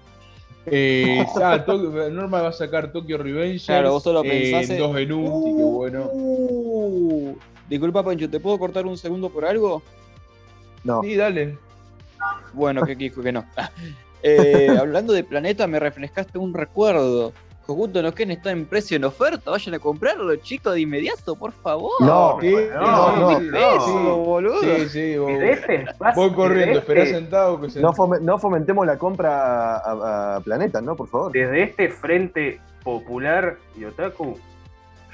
S4: Eh, ah, Tokio- Norma va a sacar Tokyo Revenge.
S2: Claro, vos solo pensás en-
S4: dos en un, sí, qué bueno.
S2: Uh, disculpa, Pancho, ¿te puedo cortar un segundo por algo? Uh,
S1: No.
S4: Sí, dale.
S2: Bueno, que dijo que no. Ah. Eh, hablando de planeta, me refrescaste un recuerdo. Hokuto no Ken está en precio en oferta. Vayan a comprarlo, chicos, de inmediato, por favor.
S1: No,
S4: Sí,
S3: no,
S1: no,
S4: sí,
S2: Eso,
S4: sí.
S2: boludo.
S4: Sí, sí, vos-
S3: Pidete, pasa,
S4: Voy corriendo,
S3: pidete.
S4: esperá sentado que se.
S1: No, fome- no fomentemos la compra a, a Planeta, ¿no? Por favor.
S3: Desde este frente popular y otaku,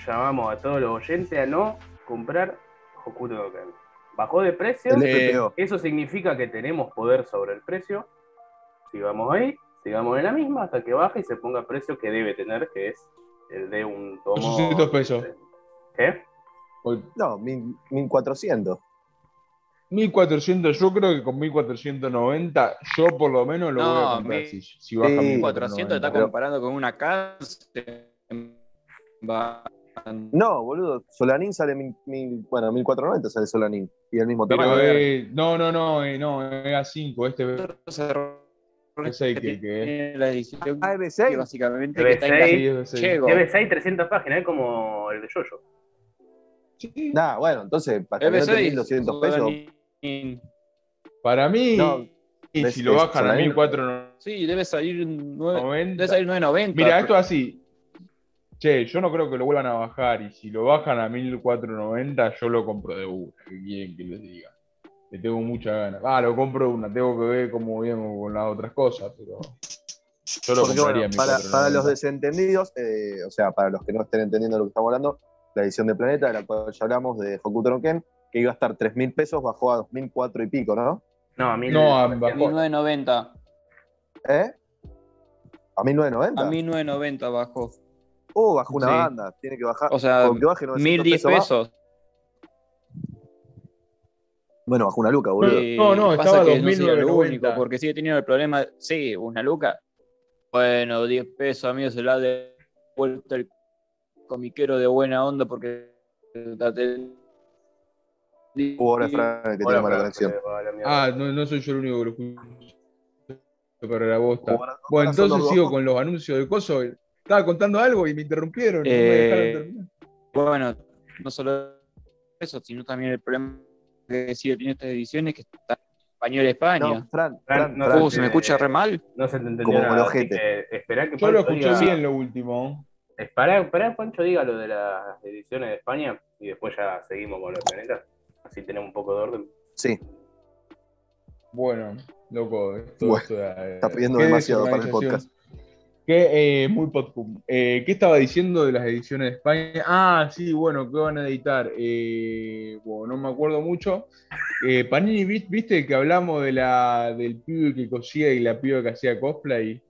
S3: llamamos a todos los oyentes a no comprar Hokuto no Ken. Bajó de precio,
S1: El FPO.
S3: eso significa que tenemos poder sobre el precio. Sigamos ahí, sigamos en la misma hasta que baje y se ponga el precio que debe tener, que es el de un tomo.
S4: 800 pesos.
S3: ¿Qué?
S4: Hoy,
S1: No, mil- 1400.
S4: 1400, yo creo que con 1490, yo por lo menos lo
S2: No,
S4: voy a comprar.
S2: mil-
S4: Si, si baja
S1: sí,
S2: 400 está
S4: pero-
S2: comparando con una cárcel. Va-
S1: No, boludo. Solanín sale mil, mil- bueno, 1490 sale Solanín. Y el mismo
S4: pero,
S1: tamaño.
S4: eh, no, no, no, eh, no, era 5 este. Pensé que- que-
S2: Tiene la edición
S1: Ah,
S2: que
S1: EB6.
S2: básicamente que está en la-
S3: Sí,
S4: Sí, es ese.
S2: Chego.
S3: Debe 6 300 páginas, es como el de Jojo.
S4: Sí,
S1: Nah, bueno, entonces, para que no te
S2: EB6,
S1: 1200 pesos.
S2: Solanin.
S4: Para mí,
S1: No,
S4: eh,
S1: ves
S4: si lo
S1: que
S4: bajan a
S1: Solanin-
S4: 1490.
S2: Sí, debe salir nueve- debe salir 990.
S4: Mira, esto así. Che, yo no creo que lo vuelvan a bajar. Y si lo bajan a 1490, yo lo compro de una. ¿Qué quieren que les diga? Le tengo mucha ganas. Ah, lo compro de una. Tengo que ver cómo bien con las otras cosas, pero. Yo lo
S1: Porque,
S4: compraría
S1: bueno,
S4: a
S1: para,
S4: 1490.
S1: para los desentendidos, eh, o sea, para los que no estén entendiendo lo que estamos hablando, la edición de Planeta, de la cual ya hablamos, de Hokuto no Ken, que iba a estar 3.000 pesos, bajó a 2.004 y pico, ¿no?
S3: No, a mí
S4: No, a- bajó.
S2: 1990.
S1: ¿Eh? ¿A 1.990?
S2: A 1990 bajó.
S1: Uh, bajó una
S2: Sí.
S1: banda, tiene que bajar.
S2: O sea,
S1: Con que baje 900
S2: 1010
S1: más.
S2: pesos.
S1: Bueno, bajó una luca, boludo.
S2: Eh,
S4: No, no,
S2: pasa
S4: estaba
S2: que no sería lo
S4: 2990.
S2: único, porque sigue teniendo el problema. Sí, una luca. Bueno, 10 pesos, amigo, se la ha devuelto el comiquero de buena onda porque.
S1: Uh, ahora Fran, que tiene mala conexión.
S4: Ah, no, no soy yo el único que lo escucho. Pero la bosta.
S1: Uh, ahora-
S4: Bueno,
S1: ahora son
S4: entonces
S1: los
S4: sigo
S1: dos.
S4: con los anuncios de coso. Estaba contando algo y me interrumpieron. no me
S2: Eh,
S4: dejaron terminar.
S2: Bueno, no solo eso, sino también el problema que sigue teniendo estas ediciones que está en español España.
S1: No, eh, Fran,
S3: Fran,
S1: Fran,
S3: no,
S1: Fran.
S2: Uh, se me escucha re mal.
S3: No se te entendió
S1: Como
S3: nada,
S1: los
S3: así
S1: jetes.
S3: que Esperá que
S4: Yo lo
S3: Pancho
S4: escuché
S3: diga-
S4: bien lo último.
S3: Esperá, esperá que Pancho diga lo de las ediciones de España y después ya seguimos con los planetas. Así tenemos un poco de orden.
S1: Sí,
S4: Bueno, loco, esto,
S1: Bueno,
S4: esto era, eh,
S1: está pidiendo
S4: qué
S1: demasiado para el
S4: desorganización.
S1: podcast.
S4: Que eh, muy podcum. Eh, ¿Qué estaba diciendo de las ediciones de España? Ah, sí, bueno, ¿qué van a editar? Eh, bueno, no me acuerdo mucho. Eh, Panini, vi- ¿viste que hablamos de la, del pibe que cosía y la piba que hacía cosplay?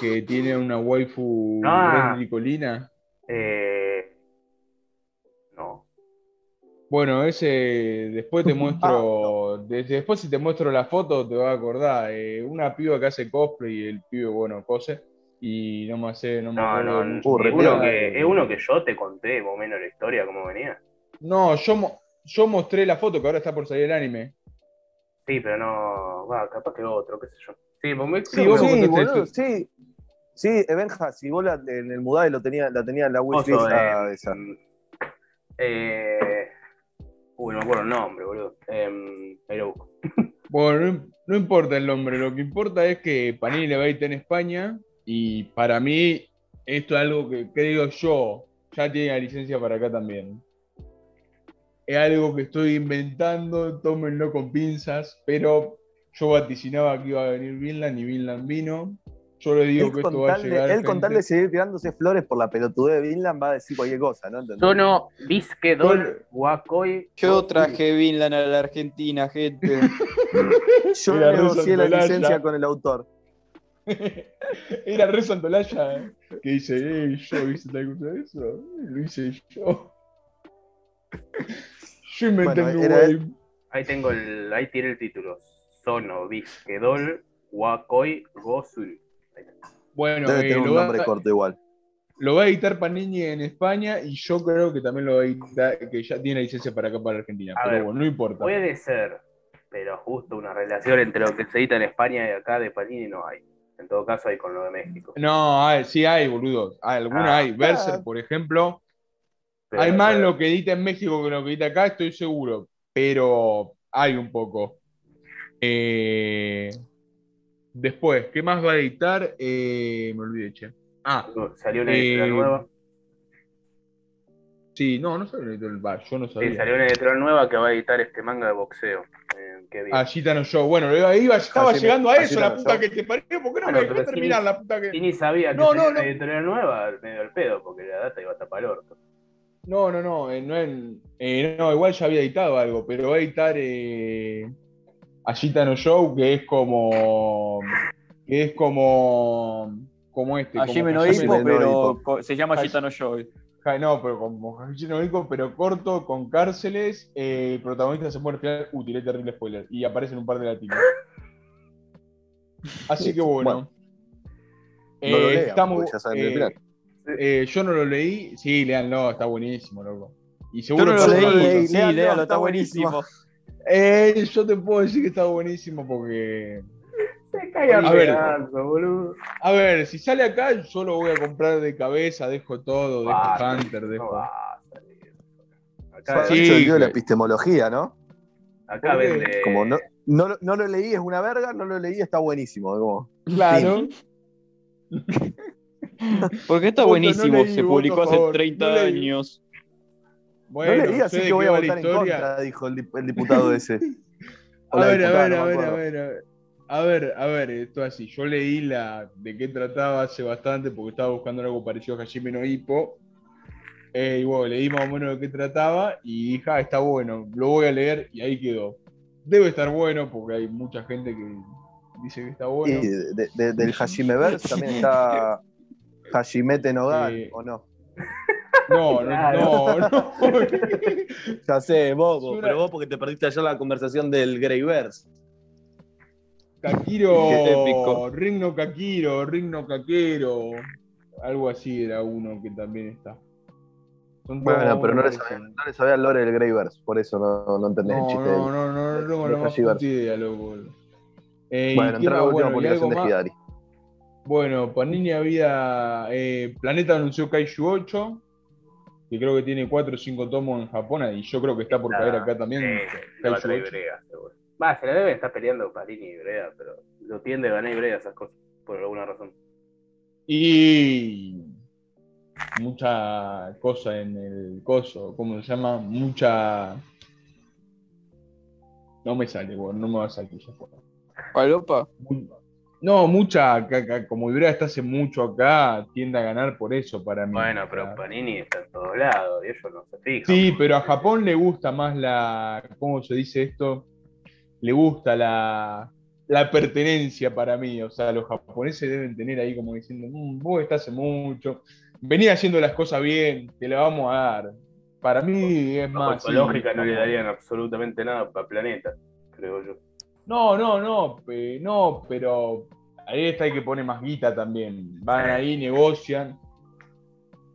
S4: Que tiene una waifu
S3: Ah.
S4: ricolina.
S3: Eh, no.
S4: Bueno, ese después te muestro, de- después si te muestro la foto te vas a acordar, eh, una piba que hace cosplay y el pibe, bueno, cose, y no me hace, no me
S3: No,
S4: acuerdo
S3: no,
S4: de
S3: no.
S4: mucho.
S1: Uh,
S3: es, uno
S1: retiro.
S4: eh.
S3: que, es uno que yo te conté más o menos la historia, cómo venía.
S4: No, yo, mo- yo mostré la foto que ahora está por salir el anime.
S3: Sí, pero no. Va, capaz que otro, qué sé yo. Sí, Bombex.
S4: Sí, vos
S1: sí,
S4: me contaste
S1: boludo,
S4: eso.
S1: sí. Sí, eh, Benja, si vos la, en el Mudai lo tenía, la tenía en la wishlist
S3: Oso,
S1: a
S3: eh,
S1: esa.
S3: eh, uy, no me acuerdo el nombre, boludo. Em, ahí lo busco.
S4: Bueno, no, no importa el nombre, lo que importa es que Panini le va a ir en España y para mí esto es algo que creo yo ya tiene la licencia para acá también. Es algo que estoy inventando, tómenlo con pinzas, pero yo vaticinaba que iba a venir Vinland y Vinland vino. Yo le digo
S1: Él,
S4: que esto
S1: con
S4: va a
S1: tal,
S4: llegar.
S1: de, él con tal
S4: gente.
S1: de seguir tirándose flores por la pelotudez de Vinland va a decir cualquier cosa, ¿no? ¿Entendés?
S3: Tono, Bisque,
S4: Solo-
S3: Dol, Guacoy.
S2: Yo traje Vinland a la Argentina, gente.
S1: Yo
S4: Mira,
S1: negocié
S4: Russo
S1: la
S4: Antonella.
S1: licencia con el autor.
S4: Era Re Santolaya ¿eh? que dice, eh, yo hice tal cosa de eso, eh, lo hice yo. Yo inventé
S1: Bueno,
S4: mi
S1: era
S4: web.
S3: Ahí tengo el, ahí tiene el título. Sono, Bisque, Dol, Guacoy, Gozul.
S4: Bueno,
S1: Debe
S4: eh,
S1: tener
S4: lo,
S1: un nombre
S4: va,
S1: corto igual.
S4: lo va a editar Panini en España y yo creo que también lo va a editar, que ya tiene la licencia para acá, para Argentina.
S3: A
S4: pero
S3: ver,
S4: bueno, no importa.
S3: Puede ser, pero justo una relación entre lo que se edita en España y acá de Panini no hay. En todo caso hay con lo de México.
S4: No, hay- sí hay, boludo. Alguna
S3: Ah.
S4: hay. Berser, por ejemplo.
S3: Pero-
S4: hay más lo que edita en México que lo que edita acá, estoy seguro. Pero hay un poco. Eh, después, ¿qué más va a editar? Eh, me olvidé, che. Ah,
S3: Salió una editorial
S4: Eh,
S3: nueva.
S4: sí, no, no sabía editar el bar, yo no
S3: Sí,
S4: sabía.
S3: salió una editorial nueva que va a editar este manga de boxeo. Eh, qué bien.
S4: Ah, Gitano Show. Bueno, iba, iba- estaba
S1: Así me-
S4: llegando a
S1: así
S4: eso,
S1: me
S4: la
S1: pasó.
S4: puta que te parió. ¿Por qué no
S3: Bueno,
S4: me dejás
S3: pero sí.
S4: terminar la puta que.?
S3: Y ni sabía que
S4: No,
S3: sería
S4: no,
S3: una
S4: no.
S3: editorial nueva, medio al pedo, porque la data iba a tapar el orto.
S4: No, no, no, eh, no, en- eh, no, igual ya había editado algo, pero va a editar eh, a Gitano Show, que es como. que es como. como este.
S2: A
S4: como
S2: Jimmy no
S4: Hajime-
S1: Hippo,
S2: Noispo, pero
S1: Noispo.
S2: co- se llama
S4: Ay.
S2: Gitano Joy.
S4: Ja- No, pero como Hajime Noiko, pero corto, con cárceles, eh, el protagonista se muere al final, uh, tiré terrible spoiler, y aparecen un par de latinos. Así que bueno.
S1: No lo
S4: Eh,
S1: lean,
S4: está muy-
S1: porque ya saben el
S4: eh,
S1: plan.
S4: eh, yo no lo leí, sí, leanlo, está buenísimo, loco. Y
S2: Yo
S4: seguro
S2: no lo
S4: pasa
S1: lo
S4: otra cosa.
S2: leí,
S1: leí.
S2: sí,
S1: Léalo,
S2: léalo,
S1: está
S2: está buenísimo.
S4: Eh, yo te puedo decir que está buenísimo porque.
S3: Se caía
S4: A ver.
S3: pedazo, boludo.
S4: A ver, si sale acá, yo lo voy a comprar de cabeza, dejo todo, dejo
S3: Ah,
S4: Hunter,
S3: No
S4: dejo.
S3: va a salir. Acá,
S1: Pancho
S4: Sí, Eh.
S1: dio la
S4: güey.
S1: epistemología, ¿no?
S3: acá
S4: ¿por qué?
S3: vende. eh,
S1: Como no, no, lo- no lo leí, es una verga, no lo leí, está buenísimo. Como,
S4: Claro.
S2: Porque está
S4: Voto, no
S2: buenísimo,
S4: leí,
S2: se
S4: voto
S2: publicó
S4: a
S2: hace
S4: favor,
S2: 30
S4: no leí.
S2: años.
S4: Bueno,
S1: no leí,
S4: sé
S1: así
S4: de
S1: que
S4: qué
S1: voy a
S4: va la
S1: votar en
S4: historia.
S1: contra, dijo el, dip- el diputado ese. O
S4: A
S1: la
S4: ver, a
S1: diputada,
S4: ver,
S1: no
S4: a
S1: me
S4: ver, a
S1: acuerdo.
S4: ver, a ver. A ver, a ver, esto así. Yo leí la de qué trataba hace bastante porque estaba buscando algo parecido a Hajime no Hippo. Eh, y bueno, leí más o menos de qué trataba y dije, ah, está bueno, lo voy a leer y ahí quedó. Debe estar bueno porque hay mucha gente que dice que está bueno.
S1: Y de- de- del Hajime Verse también está Hajimete Nogal,
S4: Sí.
S1: ¿o no?
S4: No, no,
S3: Claro.
S4: no, no.
S1: Ya sé, vos,
S4: Es
S1: vos,
S4: una-
S1: pero vos porque te perdiste ayer la conversación del Greyverse.
S2: Qué
S4: Kakiro,
S2: épico.
S4: Rigno Kakiro, Rigno Kakero. Algo así era uno que también está. Son
S1: Bueno,
S4: como
S1: pero no
S4: una
S1: le sabía,
S4: cosa.
S1: no le sabía el lore del Greyverse, por eso no, no entendés el
S4: No,
S1: chiste.
S4: no, no, no, no tengo
S1: de
S4: la más
S1: Hajibar.
S4: puta idea, loco. Eh, ¿y
S1: Bueno,
S4: qué
S1: entra la
S4: más?
S1: última
S4: Bueno, y algo
S1: publicación de
S4: más.
S1: Hidari.
S4: Bueno, Panini había. eh, Planeta anunció Kaiju 8, que creo que tiene 4 o 5 tomos en Japón, y yo creo que está por
S3: Ah,
S4: caer acá también.
S3: Eh,
S4: Kaiju
S3: lo va a traer
S4: 8.
S3: Ibrea, seguro. Va, se la debe estar peleando Parini y Brea, pero lo tiende a ganar Ibrea esas cosas, por alguna razón.
S4: Y mucha cosa en el coso, ¿cómo se llama? Mucha. No me sale, weón, no me va a salir ya fue.
S2: Palopa.
S4: Mu- No, mucha, ca- ca- como Ibrea está hace mucho acá, tiende a ganar por eso para mí.
S3: Bueno, pero Panini está en todos lados, y ellos no se fijan.
S4: Sí, pero a Japón le gusta más la. ¿Cómo se dice esto? Le gusta la, la pertenencia para mí. O sea, los japoneses deben tener ahí como diciendo: "Mm, Vos estás hace mucho, venís haciendo las cosas bien, te la vamos a dar. Para mí es
S3: Bajo
S4: más.
S3: su
S4: sí,
S3: lógica no le
S4: Japón.
S3: darían absolutamente nada para Planeta, creo yo.
S4: No, no, no, pe- no, pero ahí está el que pone más guita también. Van ahí, negocian,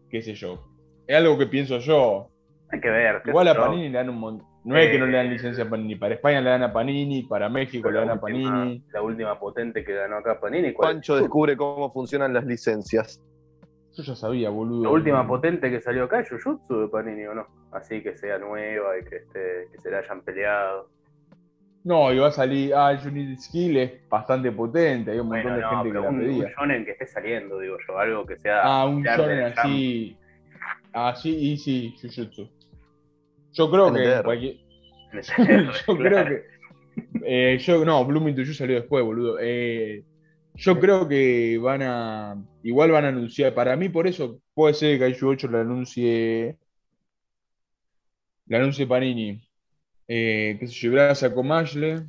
S4: qué sé yo. Es algo que pienso yo.
S3: Hay que ver. qué
S4: Igual
S3: sé
S4: a
S3: yo. Eh,
S4: Panini le dan un montón. No es que no le dan licencia a Panini. Para España le dan a Panini, para México le dan
S3: la,
S4: a Panini.
S3: última, la última potente que ganó acá Panini. ¿cuál?
S1: Pancho descubre cómo funcionan las licencias.
S4: Yo ya sabía, boludo.
S3: La última potente que salió acá es Jujutsu de Panini, ¿o no? Así que sea nueva y que, esté, que se la hayan peleado.
S4: No, y va a salir. Ah, el Unity Skill es bastante potente. Hay un montón
S3: Bueno,
S4: de
S3: no,
S4: gente que
S3: pero
S4: la
S3: un, un
S4: pedía.
S3: shonen que esté saliendo, digo yo, algo que sea.
S4: Ah, un Ah,
S3: Claro,
S4: shonen
S3: de Jump.
S4: así. Así, easy, Jujutsu. Yo creo que.
S1: Entender.
S4: cualquier-
S3: Claro.
S4: yo creo que. eh, yo, no, Blooming to You salió después, boludo. Eh, yo creo que van a. Igual van a anunciar. Para mí, por eso, puede ser que Kaiju 8 la anuncie. La anuncie Panini. Eh, que se llevará a Comashle.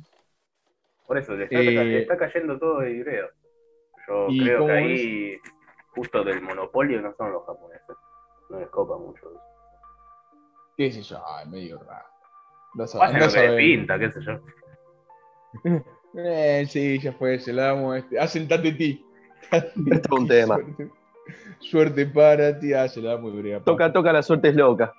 S3: Por eso, le está,
S4: Eh,
S3: le está cayendo todo de Ibrea. Yo
S4: ¿y
S3: creo
S4: cómo
S3: que ahí, justo del monopolio, no son los japoneses. No les copa mucho. eso.
S4: ¿Qué sé yo? Ay, medio raro. Andás a-
S3: Pasa lo
S4: andás a
S3: que les
S4: ver.
S3: pinta, qué sé yo.
S4: Eh, sí, ya fue, se la damos a este. Asentate ti.
S1: Esto es un tema.
S4: Suerte, suerte para ti. Ah, se la damos y brega. pa.
S1: Toca, toca, la suerte es loca.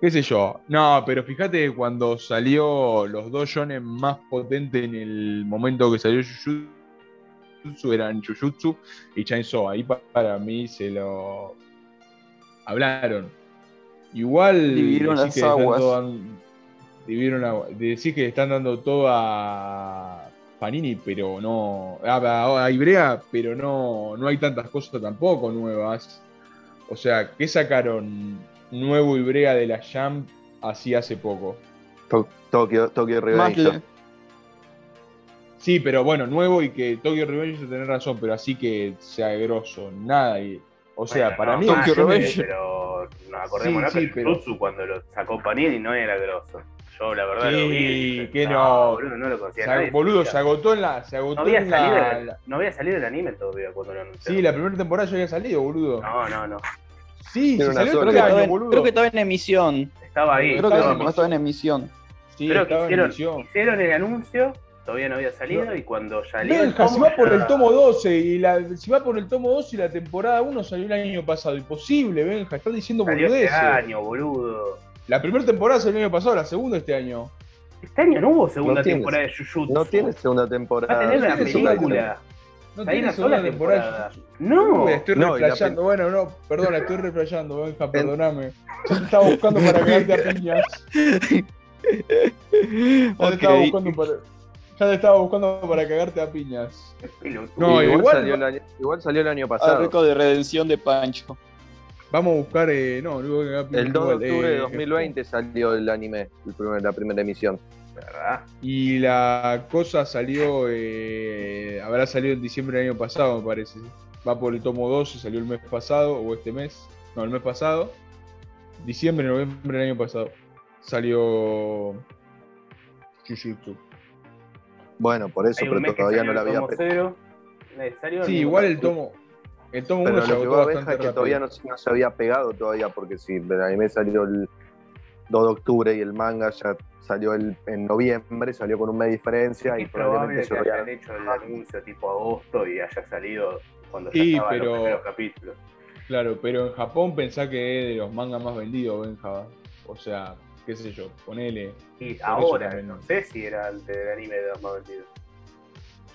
S4: qué sé yo. No, pero fíjate cuando salió los dos shonen más potentes en el momento que salió Jujutsu eran Jujutsu y Chainsaw. Ahí pa- para mí se lo hablaron. Igual
S2: Dividieron
S4: decís
S2: las
S4: que le están
S2: aguas.
S4: todo dan- dividieron agua- decís que le están dando todo a Panini, pero no a, a Ibrea, pero no no hay tantas cosas tampoco nuevas. O sea, ¿qué sacaron nuevo Ibrea de la Jump así hace poco?
S1: To- Tokio, Tokio Revenge.
S2: Maple.
S4: Sí, pero bueno, nuevo y que Tokyo Revengers tenés razón, pero así que sea grosso, nada. y- o
S3: Bueno,
S4: sea, para
S3: no,
S4: mí.
S3: mal,
S2: Tokyo
S4: yo me-
S2: Revenge.
S3: Pero nos acordémonos
S4: Sí, sí,
S3: que
S4: pero-
S3: Jujutsu cuando lo sacó Panini no era grosso. Yo la verdad
S4: Sí,
S3: lo vi. y dije,
S4: que no.
S3: Boludo, no lo
S4: se
S3: conocía
S4: ag-
S3: nadie".
S4: boludo,
S3: Ya.
S4: se agotó en la. Se agotó
S3: no había,
S4: en la,
S3: salido, el-
S4: la-
S3: no había salido el anime todavía cuando lo anunciaron.
S4: Sí, la primera temporada ya había salido, boludo.
S3: No, no, no.
S4: Sí,
S1: Tiene
S4: se
S1: una
S4: salió
S1: sola.
S2: Creo
S4: el
S2: que,
S1: Claro,
S2: estaba
S4: año,
S2: en,
S4: boludo.
S2: creo que estaba en emisión.
S3: Estaba ahí.
S2: Creo que
S3: estaba-
S2: no estaba en emisión.
S4: sí,
S3: creo que
S4: estaba en
S3: hicieron-
S4: emisión.
S3: Hicieron el anuncio, todavía no había salido
S4: No.
S3: y cuando salió. el
S4: Benja, si
S3: tomo,
S4: va por
S3: ya-
S4: el tomo 12 y la, si va por el tomo 12 y la temporada 1 salió el año pasado. Imposible, Benja, estás diciendo
S3: Salió este
S4: boludeces.
S3: año, boludo.
S4: La primera temporada salió el año pasado, la segunda este año.
S3: Este año no hubo segunda
S1: No tiene-
S3: temporada de Jujutsu.
S1: No tiene segunda
S3: Va a
S1: temporada.
S3: tener
S4: no
S3: una
S4: tiene segunda
S3: película.
S4: No
S3: Hay
S4: tiene
S3: una
S4: segunda
S3: sola temporada.
S4: temporada.
S3: No.
S4: Uy, estoy
S1: No, y la
S4: replayando, bueno, no, perdón, la estoy replayando, Benja, perdoname. Yo te estaba buscando para cagarte a piñas. Ya te estaba
S2: Ok.
S4: buscando para. Ya te estaba buscando para cagarte a piñas.
S3: No.
S4: No,
S1: igual,
S4: igual-
S1: salió el año, igual salió el año
S2: Al
S1: pasado.
S2: récord de redención de Pancho.
S4: Vamos a buscar, eh, no, luego que cagá a piñas
S1: El 2 de
S4: igual,
S1: octubre de
S4: eh,
S1: 2020 salió el anime, el primer- la primera emisión.
S4: Y la cosa salió, eh, habrá salido en diciembre del año pasado, me parece. Va por el tomo 12, salió el mes pasado, o este mes, no, el mes pasado. Diciembre, noviembre del año pasado. Salió Jujutsu.
S1: Bueno, por eso, pero todavía no la había pe-
S4: Sí, igual el tomo. El tomo
S1: Pero
S4: 1
S1: lo
S4: se
S1: que
S4: agotó
S1: va a Benja
S4: bastante
S1: es que
S4: rápido.
S1: todavía no, se- no se había pegado todavía, porque si el anime salió el 2 de octubre y el manga ya salió el, en noviembre, salió con un mes de diferencia y
S3: Es
S1: probablemente
S3: probable
S1: se
S3: que
S1: lo
S3: hayan
S1: hayan-
S3: hecho el anuncio tipo agosto y haya salido cuando ya
S4: Sí,
S3: estaban
S4: pero-
S3: los primeros capítulos.
S4: Claro, pero en Japón pensá que es de los mangas más vendidos, Benja. O sea, qué sé yo, ponele.
S3: Y
S4: eso
S3: ahora,
S4: también.
S3: no sé si era antes del anime de los más vendidos.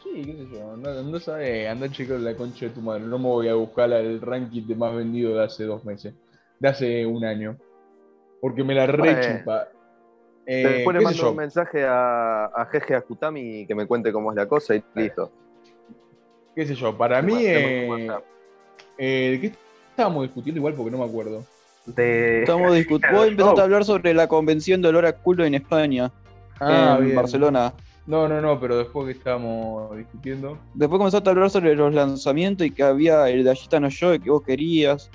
S4: Sí, qué sé yo, no, no sabés, anda a checar la concha de tu madre. No me voy a buscar el ranking de más vendido de hace dos meses, de hace un año. Porque me la
S1: Bueno.
S4: rechupa. Eh,
S1: Después le
S4: qué sé
S1: mando
S4: yo,
S1: un mensaje a, a Jeje Akutami que me cuente cómo es la cosa y listo.
S4: qué sé yo, para mí,
S1: Hacemos un
S4: eh,
S1: WhatsApp.
S4: eh, ¿qué estábamos discutiendo igual? Porque no me acuerdo.
S3: De...
S2: Estamos discutiendo. Vos empezaste a hablar sobre la convención de olor a culo en España, en
S4: Ah, bien.
S2: Barcelona.
S4: No, no, no, pero después que estábamos discutiendo.
S2: Después comenzaste a hablar sobre los lanzamientos y que había el de Ayita no Yo que vos querías.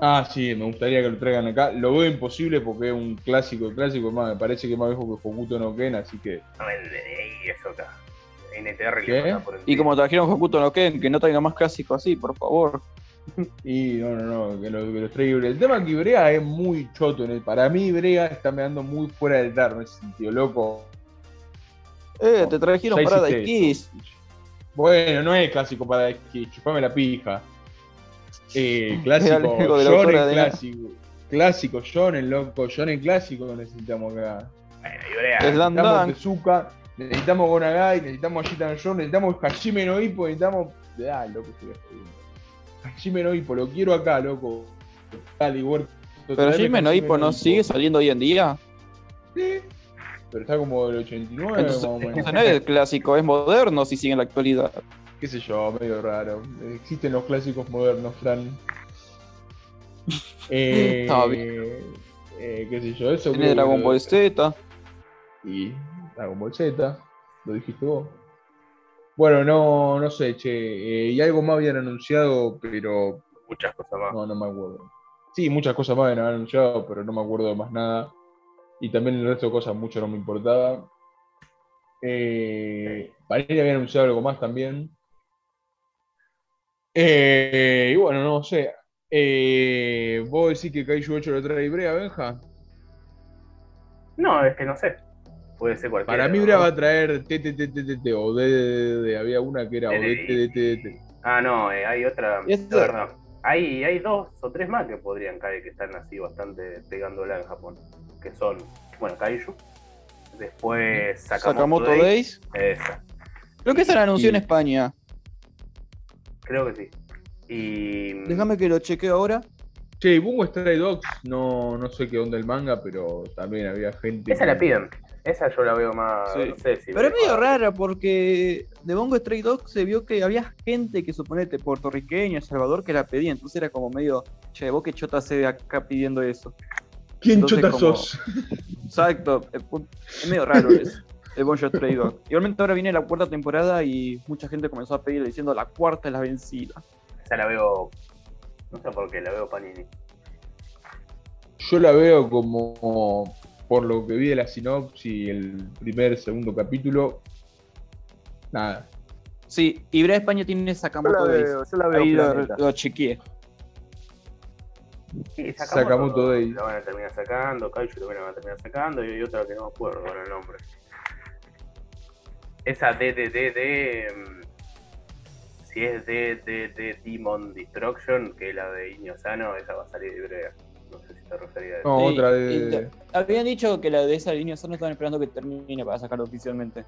S4: Ah, sí, me gustaría que lo traigan acá. Lo veo imposible porque es un clásico, clásico. es Más, me parece que es más viejo que Hokuto no Ken, así que.
S3: No, el DNI, eso acá. NTR
S4: ¿Qué?
S3: le pasa por
S2: Y
S3: encima.
S2: como trajeron Hokuto no Ken, que no traiga más clásico así, por favor.
S4: Y no, no, no, que lo, que los traiga Ibrea. El tema es que Ibrea es muy choto. En el, para mí, Ibrea está meando muy fuera del dar en ese sentido, loco.
S2: Eh, te trajeron
S4: Ya
S2: Paradise
S4: hiciste
S2: Kiss.
S4: Bueno, no es clásico para que chupame la pija. Eh,
S2: Era
S4: clásico,
S2: el único de la
S4: shonen
S2: autora de-
S4: clásico. Clásico, Shonen, loco. Shonen clásico necesitamos acá.
S2: Es Dan
S4: Necesitamos
S2: Dan.
S4: Tezuka, necesitamos Gonagai, necesitamos Shitan John, necesitamos Hajime no Ippo, necesitamos. Ah, loco, estoy jodiendo. Hajime no Ippo, lo quiero acá, loco. Dale, igual.
S2: Pero Jimmy no, Hippo no sigue saliendo hoy en día.
S4: Sí, Pero está como del 89,
S2: Entonces,
S4: más o menos.
S2: entonces no es clásico, es moderno si sigue en la actualidad.
S4: Qué sé yo, medio raro. Existen los clásicos modernos, Fran. Eh,
S2: Está
S4: eh, qué sé yo, eso.
S2: Tiene
S4: creo que
S2: Dragon
S4: lo-
S2: Ball Z.
S4: y Dragon Ball Z, lo dijiste vos. Bueno, no, no sé, che, eh, y algo más habían anunciado, pero
S3: Muchas cosas más.
S4: no, no me acuerdo. Sí, muchas cosas más habían anunciado, pero no me acuerdo de más nada. Y también el resto de cosas mucho no me importaba. Eh, parece que habían anunciado algo más también. Eh, y bueno, no sé. Eh, ¿Vos decís que Kaiju 8 lo trae Brea, Benja?
S3: No, es que no sé. Puede ser cualquiera.
S4: Para mí
S3: ¿no?
S4: Brea va a traer TTTTT o DDDD. Había una que era o este,
S2: Este,
S4: DTDTT.
S3: Ah, no, eh, hay otra.
S2: Esa-
S3: la verdad. Hay, hay dos o tres más que podrían caer que están así bastante pegándola en Japón. Que son, bueno, Kaiju. Después
S2: Mm. Sakamoto
S3: Sakamoto, Days.
S2: Days.
S3: Esa,
S2: Creo que esa la anunció
S4: Y-
S2: en España.
S3: creo que sí. Y.
S2: Déjame que lo chequee ahora.
S4: Che, y Bungo Stray Dogs, no, no sé qué onda el manga, pero también había gente.
S3: Esa
S4: que-
S3: la piden. Esa yo la veo más.
S2: Sí.
S3: No sé si
S2: Pero es medio rara porque de Bongo Stray Dogs se vio que había gente que suponete puertorriqueña, El Salvador, que la pedía. Entonces era como medio, che, vos qué chota se acá pidiendo eso.
S4: ¿Quién
S2: Entonces,
S4: chota
S2: como-
S4: sos?
S2: Exacto, es pu- es medio raro eso. El Bongo Stray Dogs. Igualmente ahora viene la cuarta temporada y mucha gente comenzó a pedirle diciendo la cuarta es la vencida.
S3: Esa la veo. No sé por qué, la veo Panini.
S4: Yo la veo como, por lo que vi de la sinopsis, el primer, segundo capítulo. Nada.
S2: Sí, y Brea España tiene
S1: Yo la
S2: Sakamoto Days.
S1: veo, yo la veo.
S2: Ahí lo,
S1: planeta.
S2: lo chequeé.
S3: Sí,
S4: Sakamoto Days.
S3: La van a terminar sacando, Kaiju también la van a terminar sacando, y hay otra que no me acuerdo ahora el nombre. Esa DDDD. mm, Si es DDD Demon Destruction, que es la de Iñozano, esa va a salir de breve. No sé si te refería a eso.
S4: No,
S2: Sí,
S4: otra
S2: y
S4: de.
S2: la- Habían dicho que la de esa línea solo estaban esperando que termine para sacarlo oficialmente.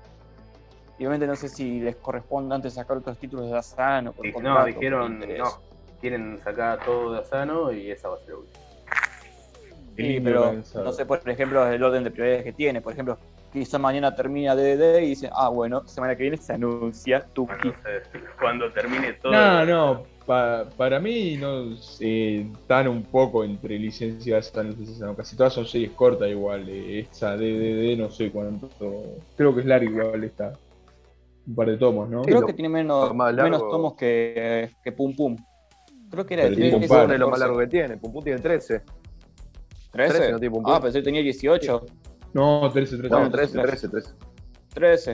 S2: Y obviamente no sé si les corresponde antes sacar otros títulos de Asano. por
S3: Dij- no,
S2: contrato, por
S3: dijeron
S2: interés.
S3: no. Quieren sacar todo de Asano y esa va a ser la última.
S2: Sí,
S4: Lindo
S2: pero
S4: pensado.
S2: no sé, por ejemplo, el orden de prioridades que tiene. Por ejemplo, quizá mañana termina DDD y dice, ah, bueno, semana que viene se anuncia Tuki.
S3: Cuando, se- cuando termine todo.
S4: No, no. pa- para mí no eh, están un poco entre licencias, están licencias, no, casi todas son series cortas igual. eh, esa DDD no sé cuánto. Creo que es larga igual esta. Un par de tomos, ¿no?
S2: Creo
S1: lo-
S2: que tiene menos,
S1: lo más largo-
S2: menos tomos que, que Pum Pum. Creo que era
S4: Pero tiene
S2: de
S4: un
S1: Pum
S4: par.
S1: es lo más largo que tiene. Pum Pum tiene 13. 13,
S2: 13.
S1: no tiene Pum Pum.
S2: Ah, pensé que tenía 18.
S4: No, 13, 13.
S1: No,
S2: bueno,
S1: 13, 13,
S2: 13,
S1: 13.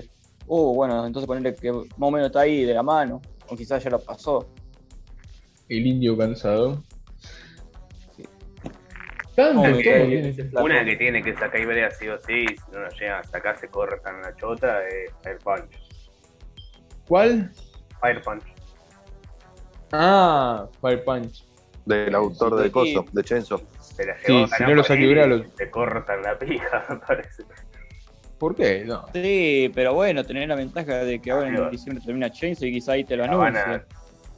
S2: 13. Uh, bueno, entonces ponerle que más o menos está ahí de la mano. O quizás ya lo pasó.
S4: El indio cansado.
S2: Sí.
S4: Tanto,
S2: Obvio,
S4: ¿cómo
S2: que-
S4: tiene?
S2: La-
S3: Una que tiene que sacar Iberia sí o sí, si no la llegan a sacar, se corre tan la chota, es Fire Punch.
S4: ¿Cuál?
S3: Fire Punch.
S4: Ah, Fire Punch.
S1: Del autor
S2: Sí,
S1: de
S2: sí.
S1: Coso, de Chenzo.
S3: Se la
S4: Sí,
S3: llevó a
S4: si no lo saca Iberia, lo-
S3: Se cortan la pija, me parece.
S4: ¿Por qué? No.
S2: Sí, pero bueno, tener la ventaja de que ahora en
S3: Claro.
S2: diciembre termina Chainsaw y quizá ahí
S4: Ah,
S2: te lo
S3: La van
S2: anuncia.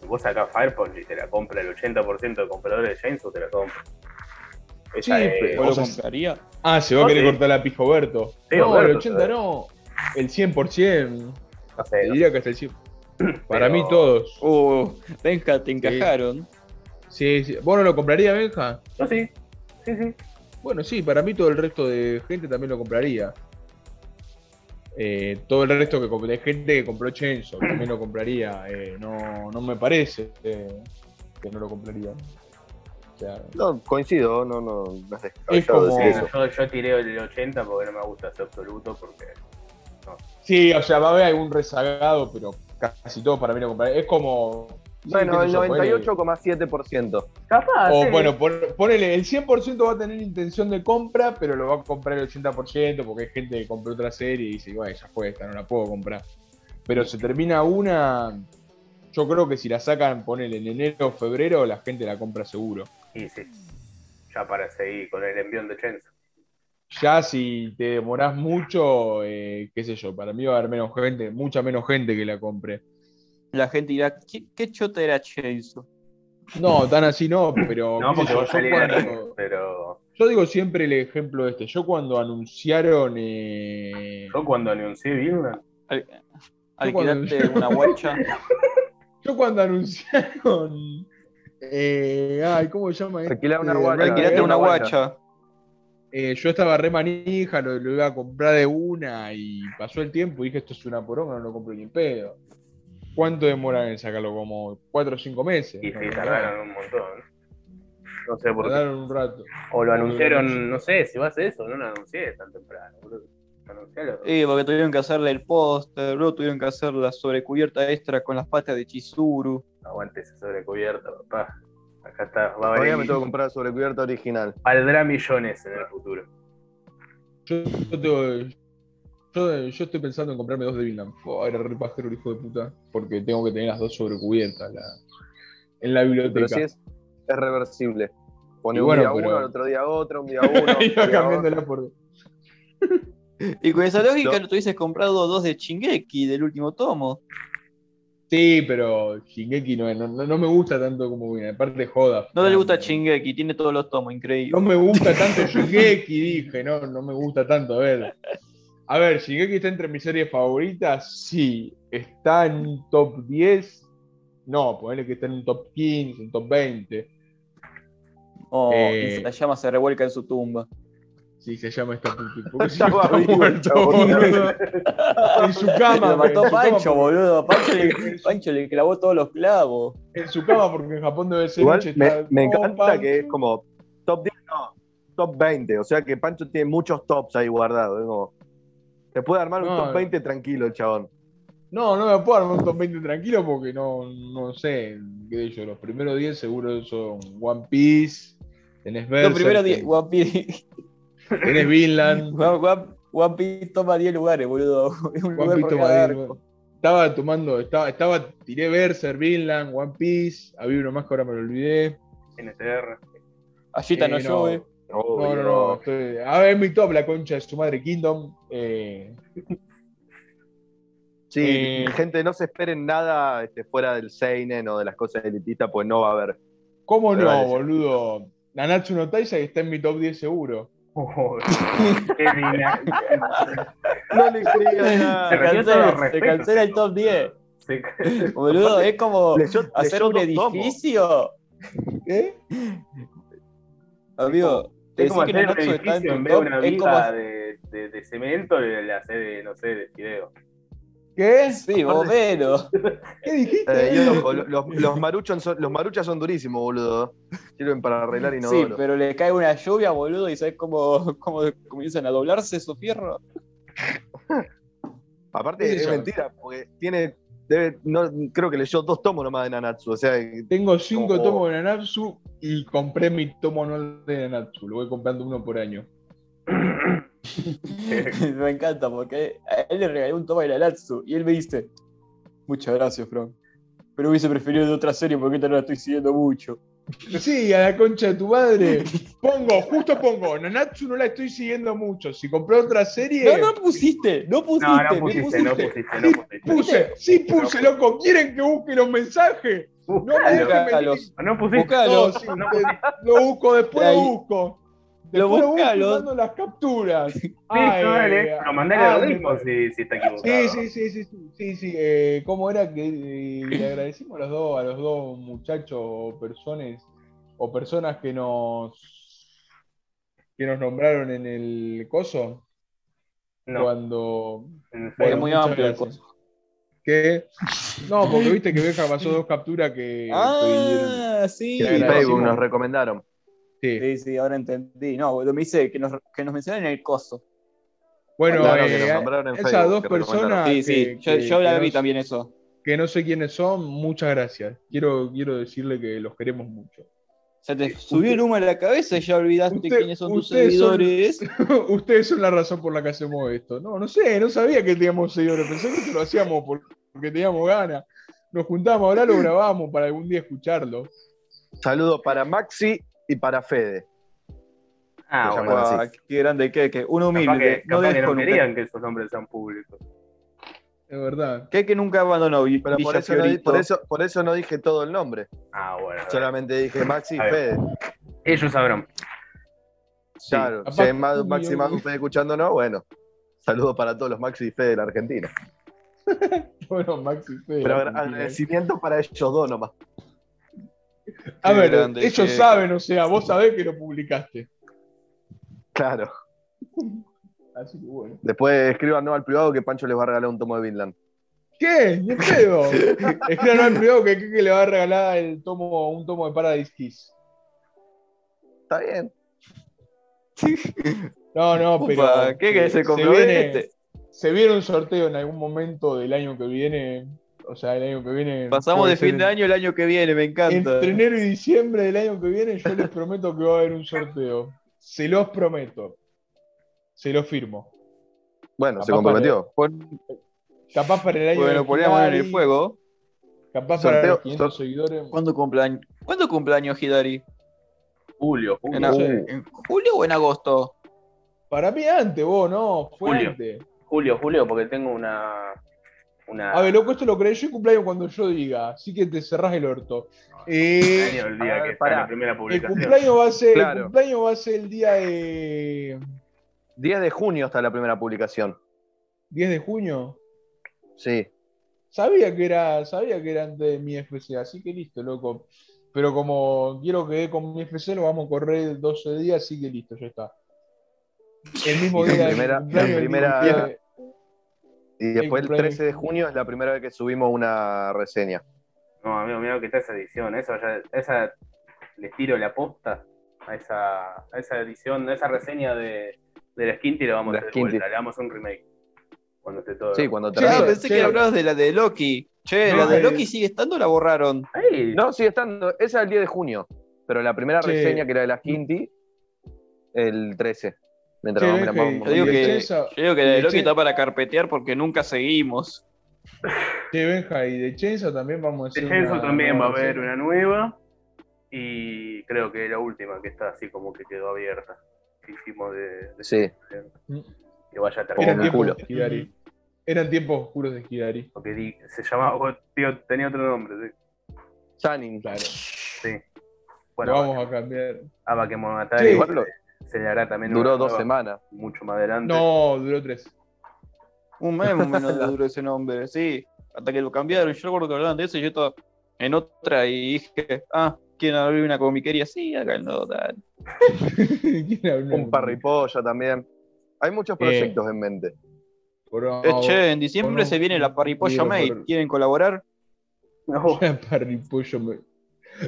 S3: a- Vos sacás Fire Punch y te la compra el 80% de compradores de James o te la compra. Esa
S4: Sí,
S3: es-
S4: pero-
S2: ¿Vos lo
S4: O sea,
S2: compraría?
S4: Ah, se va a querer
S3: Sí.
S4: cortar la pija Oberto.
S3: Sí,
S4: no, el
S3: Oberto,
S4: 80
S3: ¿sabes?
S4: no. El 100%.
S3: no sé,
S4: Te
S3: no
S4: diría que hasta el 100%. Para
S3: Pero-
S4: mí todos.
S2: Uh, Benja, te encajaron.
S4: Sí, sí. ¿Vos no lo compraría, Benja?
S3: Yo sí, sí, sí.
S4: Bueno, sí, para mí todo el resto de gente también lo compraría. Eh, todo el resto que comp- de gente que compró Chainsaw también lo compraría. Eh, no, no me parece eh, que no lo compraría. O sea,
S1: No, coincido, no, no, no es descabellado
S4: como-
S1: decir
S4: Sí,
S1: eso.
S3: Yo, yo tiré el 80 porque no me gusta ese absoluto, porque
S4: sí, o sea, va a haber algún rezagado, pero casi todos para mí lo compraría. Es como. sí,
S1: Bueno,
S4: qué sé
S1: el
S4: yo, ponele-
S1: 98,7%.
S3: Capaz,
S4: O
S3: sí.
S4: bueno, pon- ponele, el 100% va a tener intención de compra, pero lo va a comprar el 80% porque hay gente que compró otra serie y dice, bueno, ya fue esta, no la puedo comprar. Pero se termina una, yo creo que si la sacan, ponele en enero o febrero, la gente la compra seguro.
S3: Y sí. ya para seguir con el envión de Chenzo.
S4: Ya si te demorás mucho, eh, qué sé yo, para mí va a haber menos gente, mucha menos gente que la compre.
S2: La gente dirá, ¿qué, qué chota era Chainsaw?
S4: No, tan así no, pero.
S3: No,
S4: qué
S3: porque
S4: sé yo,
S3: va a
S4: yo
S3: salir
S4: cuando-
S3: anime, pero
S4: Yo digo siempre el ejemplo este. Yo cuando anunciaron. eh,
S3: yo cuando anuncié Vinland,
S2: Al-
S4: Yo cuando-
S2: Alquilaste una guacha.
S4: yo cuando anunciaron. eh, ay, ¿cómo se llama?
S1: Alquilar una
S4: este?
S1: guacha.
S4: Red
S2: Alquilaste
S4: Dead,
S2: una
S1: una
S2: guacha.
S4: eh, yo estaba re manija, lo, lo iba a comprar de una y pasó el tiempo y dije esto es una poronga, no lo compro ni en pedo. ¿Cuánto demoran en sacarlo? Como 4 o 5 meses.
S3: y sí,
S4: No,
S3: tardaron un montón. No sé por qué.
S4: tardaron un rato.
S3: O lo anunciaron, no sé, si va a ser eso, no lo anuncié tan temprano, boludo. Anuncialo.
S2: Sí, porque tuvieron que hacerle el póster, luego tuvieron que hacer la sobrecubierta extra con las patas de Chizuru.
S3: Aguante ese sobrecubierta, papá. Acá está, va a
S1: Todavía me
S3: valer.
S1: tengo que comprar sobre cubierta original.
S3: Valdrá millones en el futuro.
S4: Yo, yo tengo- yo- yo estoy pensando en comprarme dos de Vinland. Oh, era re pajero el hijo de puta. Porque tengo que tener las dos sobrecubiertas la, en la biblioteca.
S1: Pero sí es, es reversible. Pone
S4: Y bueno,
S1: un día
S4: pero-
S1: uno, el otro día otro, un día uno. un
S4: Iba
S1: día
S4: cambiándola
S1: otro.
S4: por-
S2: Y con esa lógica
S1: No.
S2: no tuvieses comprado dos de Chingeki del último tomo.
S4: Sí, pero Shingeki no, no, no- no me gusta tanto como Vinland. Aparte, joda.
S2: No le gusta
S4: Shingeki.
S2: Chingeki, tiene todos los tomos, increíble.
S4: No me gusta tanto Shingeki, dije, no, no me gusta tanto. A ver, a ver, Shingeki está entre mis series favoritas, sí. Está en un top 10, no, ponele que está en un top 15, un top 20.
S2: Oh,
S4: Eh.
S2: y la llama se revuelca en su tumba.
S4: Si se llama esta puta, porque si no
S1: Estaba
S4: está
S1: vivo,
S4: muerto,
S1: chabón.
S4: boludo. En su cama,
S2: Lo mató
S4: en su cama,
S2: Pancho,
S4: porque-
S2: boludo. Pancho le, Pancho le clavó todos los clavos.
S4: En su cama, porque en Japón debe ser
S1: Igual
S4: noche,
S1: me,
S4: está-
S1: me
S4: oh,
S1: encanta
S4: pan.
S1: que es como top 10, no, top 20. O sea que Pancho tiene muchos tops ahí guardados. es como- se puede armar un
S4: No,
S1: top 20 tranquilo, el chabón.
S4: No, no me puedo armar un top 20 tranquilo porque no, no sé, qué sé yo, los primeros 10 seguro son One Piece, tenés Berserk,
S2: Los primeros 10.
S4: tenés-
S2: One Piece,
S4: tenés Vinland,
S2: One- One- One Piece toma 10 lugares, boludo. Es un lugar
S4: One Piece
S2: por
S4: toma
S2: cada
S4: 10,
S2: arco.
S4: bueno. Estaba tomando, estaba, estaba, tiré Berserk, Vinland, One Piece, había uno más que ahora me lo olvidé.
S3: NTR.
S2: Ayita
S4: Eh,
S2: no llueve.
S4: No, no, no, estoy- a ver, mi top, la concha de su madre, Kingdom. eh,
S1: Sí,
S4: Eh,
S1: gente, no se esperen nada este, fuera del Seinen o de las cosas elitistas, pues no va a haber.
S4: ¿Cómo
S1: Me
S4: no,
S1: parece.
S4: boludo? Nanatsu no Taizai está en mi top 10 seguro.
S3: Oh, qué mina-
S1: No le crean nada.
S3: Se
S2: Ah, Se
S3: perdió
S2: cancela-
S3: todos los
S2: se
S3: respetos,
S2: cancela el
S3: boludo.
S2: top 10.
S3: Se-
S2: Boludo, es como
S1: Leyó-
S2: hacer
S1: leyó
S2: un
S1: dos tomos.
S2: edificio.
S4: ¿Eh?
S2: Amigo, te
S3: Es como
S2: decís que
S3: hacer un
S2: Nanatsu está en
S3: edificio
S2: tu
S3: en vez de
S2: top.
S3: una
S2: Es como.
S3: viga de, de, de cemento, le le hace de, no sé, de fideo.
S4: ¿Qué?
S2: Sí, más o menos.
S4: ¿Qué dijiste?
S1: Eh, y ojo, lo- los, los, maruchos son, los maruchas son durísimos, boludo. Sirven para arreglar y no
S2: Sí, pero le cae una lluvia, boludo, y sabes cómo, cómo comienzan a doblarse esos fierros.
S1: Aparte,
S4: Sí,
S1: es
S4: yo.
S1: mentira, porque tiene. Debe, no, creo que leyó dos tomos nomás de Nanatsu. O sea,
S4: Tengo cinco
S1: Como-
S4: tomos de Nanatsu y compré mi tomo anual de Nanatsu. Lo voy comprando uno por año.
S2: me encanta porque a él le regalé un toma de Nanatsu y él me dice: Muchas gracias, Frank. Pero hubiese preferido de otra serie porque esta no la estoy siguiendo mucho.
S4: Sí, a la concha de tu madre. Pongo, justo pongo. Nanatsu no la estoy siguiendo mucho. Si compré otra serie.
S2: No, no pusiste, no pusiste,
S3: No, no
S2: me
S3: pusiste, no pusiste, no
S4: Sí
S3: pusiste.
S4: Puse, sí puse, loco. ¿Quieren que busque los mensajes? No me
S3: Buscalo.
S4: dejen
S2: Buscalos,
S4: mentir.
S3: No pusiste.
S2: buscalos.
S4: No, sí,
S3: No
S4: te- lo busco, después
S2: Ahí.
S4: lo busco. Después lo busco y
S2: buscalo.
S4: mando las capturas. Ay,
S3: Listo, dale. Pero mandale
S4: ay,
S3: lo mismo
S4: me-
S3: si, si está equivocado.
S4: Sí, sí, sí, sí, sí, sí, sí. eh, ¿Cómo era que eh, le agradecimos a los dos, a los dos muchachos o personas o personas que nos que nos nombraron en el coso
S3: No,
S4: cuando
S3: en el
S4: Bueno,
S2: Es muy
S4: muchas
S2: amplio el
S4: gracias. que no porque viste que Beja pasó dos capturas que pidieron.
S2: Ah, sí.
S1: en
S4: le agradecimos.
S1: Facebook nos recomendaron.
S4: Sí.
S2: Sí, sí, ahora entendí. No, boludo, me dice que nos, que nos mencionan en el coso.
S4: bueno
S1: Claro,
S4: eh,
S1: que nos nombraron en
S4: esas
S1: Facebook,
S4: dos
S1: que recomendaron.
S4: personas
S2: Sí, sí,
S4: que-
S2: yo,
S4: que-
S2: yo la
S4: que
S2: vi
S4: nos-
S2: también eso.
S4: que no sé quiénes son muchas gracias quiero quiero decirle que los queremos mucho
S2: Se te subió el humo a la cabeza y ya olvidaste
S4: Usted-
S2: quiénes son tus
S4: ustedes son-
S2: seguidores.
S4: Ustedes son la razón por la que hacemos esto. No, no sé, no sabía que teníamos seguidores. Pensé que esto lo hacíamos por- porque teníamos ganas. Nos juntamos, ahora lo grabamos para algún día escucharlo.
S1: Saludos para Maxi y para Fede.
S3: Ah,
S1: Se
S3: bueno.
S1: llama-
S2: Guau,
S1: así.
S2: qué grande que que uno humilde,
S3: Capaz que,
S2: que no
S3: capaz que no
S2: dejó nunca-
S3: querían que esos nombres sean públicos.
S4: Es verdad.
S2: que que nunca abandonó Vi-
S1: Pero por
S2: Villa
S1: eso, no, di-
S2: Fiorito.
S1: por, eso, por eso no dije todo el nombre.
S3: Ah, bueno.
S1: Solamente dije Maxi y
S3: A ver.
S1: Fede.
S3: Ellos sabrán.
S2: Sí.
S1: Claro,
S4: Capaz
S1: si
S4: que-
S1: es Ma- Maxi y Madu están escuchándonos, bueno. Saludos para todos los Maxi y Fede de la Argentina.
S4: Bueno, Maxi Fede.
S1: Pero agra-
S4: Argentina.
S1: agradecimiento para ellos dos nomás.
S4: A ver,
S2: Qué grande
S4: ellos
S2: que-
S4: saben, o sea, vos sabés que lo publicaste.
S1: Claro.
S4: Así que bueno.
S1: Después escriban no al privado que Pancho les va a regalar un tomo de Vinland.
S4: ¿Qué? ¿Qué pedo? Escriban al privado que Kike le va a regalar el tomo, un tomo de Paradise Kiss.
S1: Está bien.
S4: No, no,
S2: Upa,
S4: pero.
S2: ¿qué que se compró
S4: viene-
S2: este?
S4: se viene un sorteo en algún momento del año que viene. O sea, el año que viene.
S2: Pasamos
S4: puede
S2: de
S4: ser
S2: fin de año el año que viene, me encanta.
S4: Entre enero y diciembre del año que viene, yo les prometo que va a haber un sorteo. Se los prometo. Se los firmo.
S1: Bueno, se
S4: Capaz
S1: comprometió.
S2: Pon-
S4: Capaz para el año.
S2: Bueno, ponía mano en el
S4: Hidari,
S2: fuego.
S4: Capaz para
S1: Sorteo,
S4: los 500
S1: sor-
S4: seguidores.
S2: ¿Cuándo cumpleaños? ¿Cuándo cumpleaños Hidari?
S3: Julio,
S2: En,
S3: Julio.
S4: No
S2: a-
S4: sé.
S2: ¿En julio o en agosto?
S4: Para mí antes, vos, no. Fue
S3: Julio.
S4: antes.
S3: Julio, Julio, porque tengo una. una
S4: A ver, loco, esto lo creé yo en cumpleaños cuando yo diga. Así que te cerrás el orto. Eh,
S3: Daniel, el
S1: a
S3: día
S1: ver,
S3: que está
S1: pará.
S3: en la primera
S4: el,
S3: publicación.
S4: cumpleaños va a ser, el
S1: Claro.
S4: cumpleaños va a ser el día de.
S1: 10 de junio está la primera publicación.
S4: 10 de junio.
S1: Sí.
S4: Sabía que era, sabía que era antes de mi FC, así que listo, loco. Pero como quiero que dé con mi FC, lo vamos a correr 12 días, así que listo, ya está. El mismo
S1: Y en
S4: día. de mi
S1: primera-
S4: cumpleaños,
S1: en
S4: el
S1: primera-
S4: mismo día-
S1: Y después el
S4: cumpleaños.
S1: 13 de junio es la primera vez que subimos una reseña.
S3: No, amigo, mira que está esa edición. Esa, ya- esa les tiro la posta a esa, a esa edición, a esa reseña de, de la Skinty la vamos
S1: La
S3: a hacer de
S1: Skinty.
S3: vuelta, Le damos un remake. Cuando esté todo.
S1: Sí, cuando
S4: Sí,
S2: Ah,
S1: termine.
S4: sí.
S2: pensé que hablabas de la de Loki. Che,
S4: No,
S2: la de
S4: eh.
S2: Loki sigue estando, o la borraron.
S3: Ahí,
S1: No, sigue estando. Esa es el 10 de junio. Pero la primera
S4: Sí.
S1: reseña, que era de la Quinti, el 13.
S4: Che,
S1: Mientras vamos
S4: Benja,
S1: mirando-
S2: Te digo
S4: y el
S2: que-
S4: Chenza-
S2: Yo digo que la de
S4: Sí,
S2: Loki
S4: sí.
S2: está para carpetear porque nunca seguimos.
S4: che, Benja, y de Chenza también vamos a
S3: de
S4: hacer.
S3: Jensen
S4: una-
S3: también va a
S4: una
S3: haber
S4: reseña.
S3: una nueva. Y creo que la última que está así como que quedó abierta. Que hicimos de. de-
S1: Sí.
S3: Que vaya a
S4: Eran
S1: Como
S3: terminar.
S1: tiempo-
S4: tiempos
S1: culo.
S4: de Hidari. Eran tiempos oscuros de Hidari.
S3: Porque di- se llamaba. oh, tío, tenía otro nombre. sí.
S1: Channing.
S4: Claro.
S3: Bueno,
S4: lo vamos a cambiar.
S3: a Bakemonogatari
S4: Sí.
S1: Igual lo-
S3: se le hará también una
S1: duró dos
S3: nueva,
S1: semanas.
S3: Mucho más adelante.
S4: No, duró tres.
S2: Un mes más o menos duró ese nombre, sí. Hasta que lo cambiaron. Yo recuerdo que hablaban de eso y yo estaba en otra y dije, ah, ¿quieren abrir una comiquería? Sí, acá no, tal.
S4: ¿Quién habló?
S1: Un parripolla también. Hay muchos proyectos en mente.
S4: Por-
S2: Eh, che, en diciembre
S4: no,
S2: se viene la parripolla
S4: digo,
S2: May.
S4: por-
S2: ¿Quieren colaborar?
S3: No.
S4: Una parripollo me-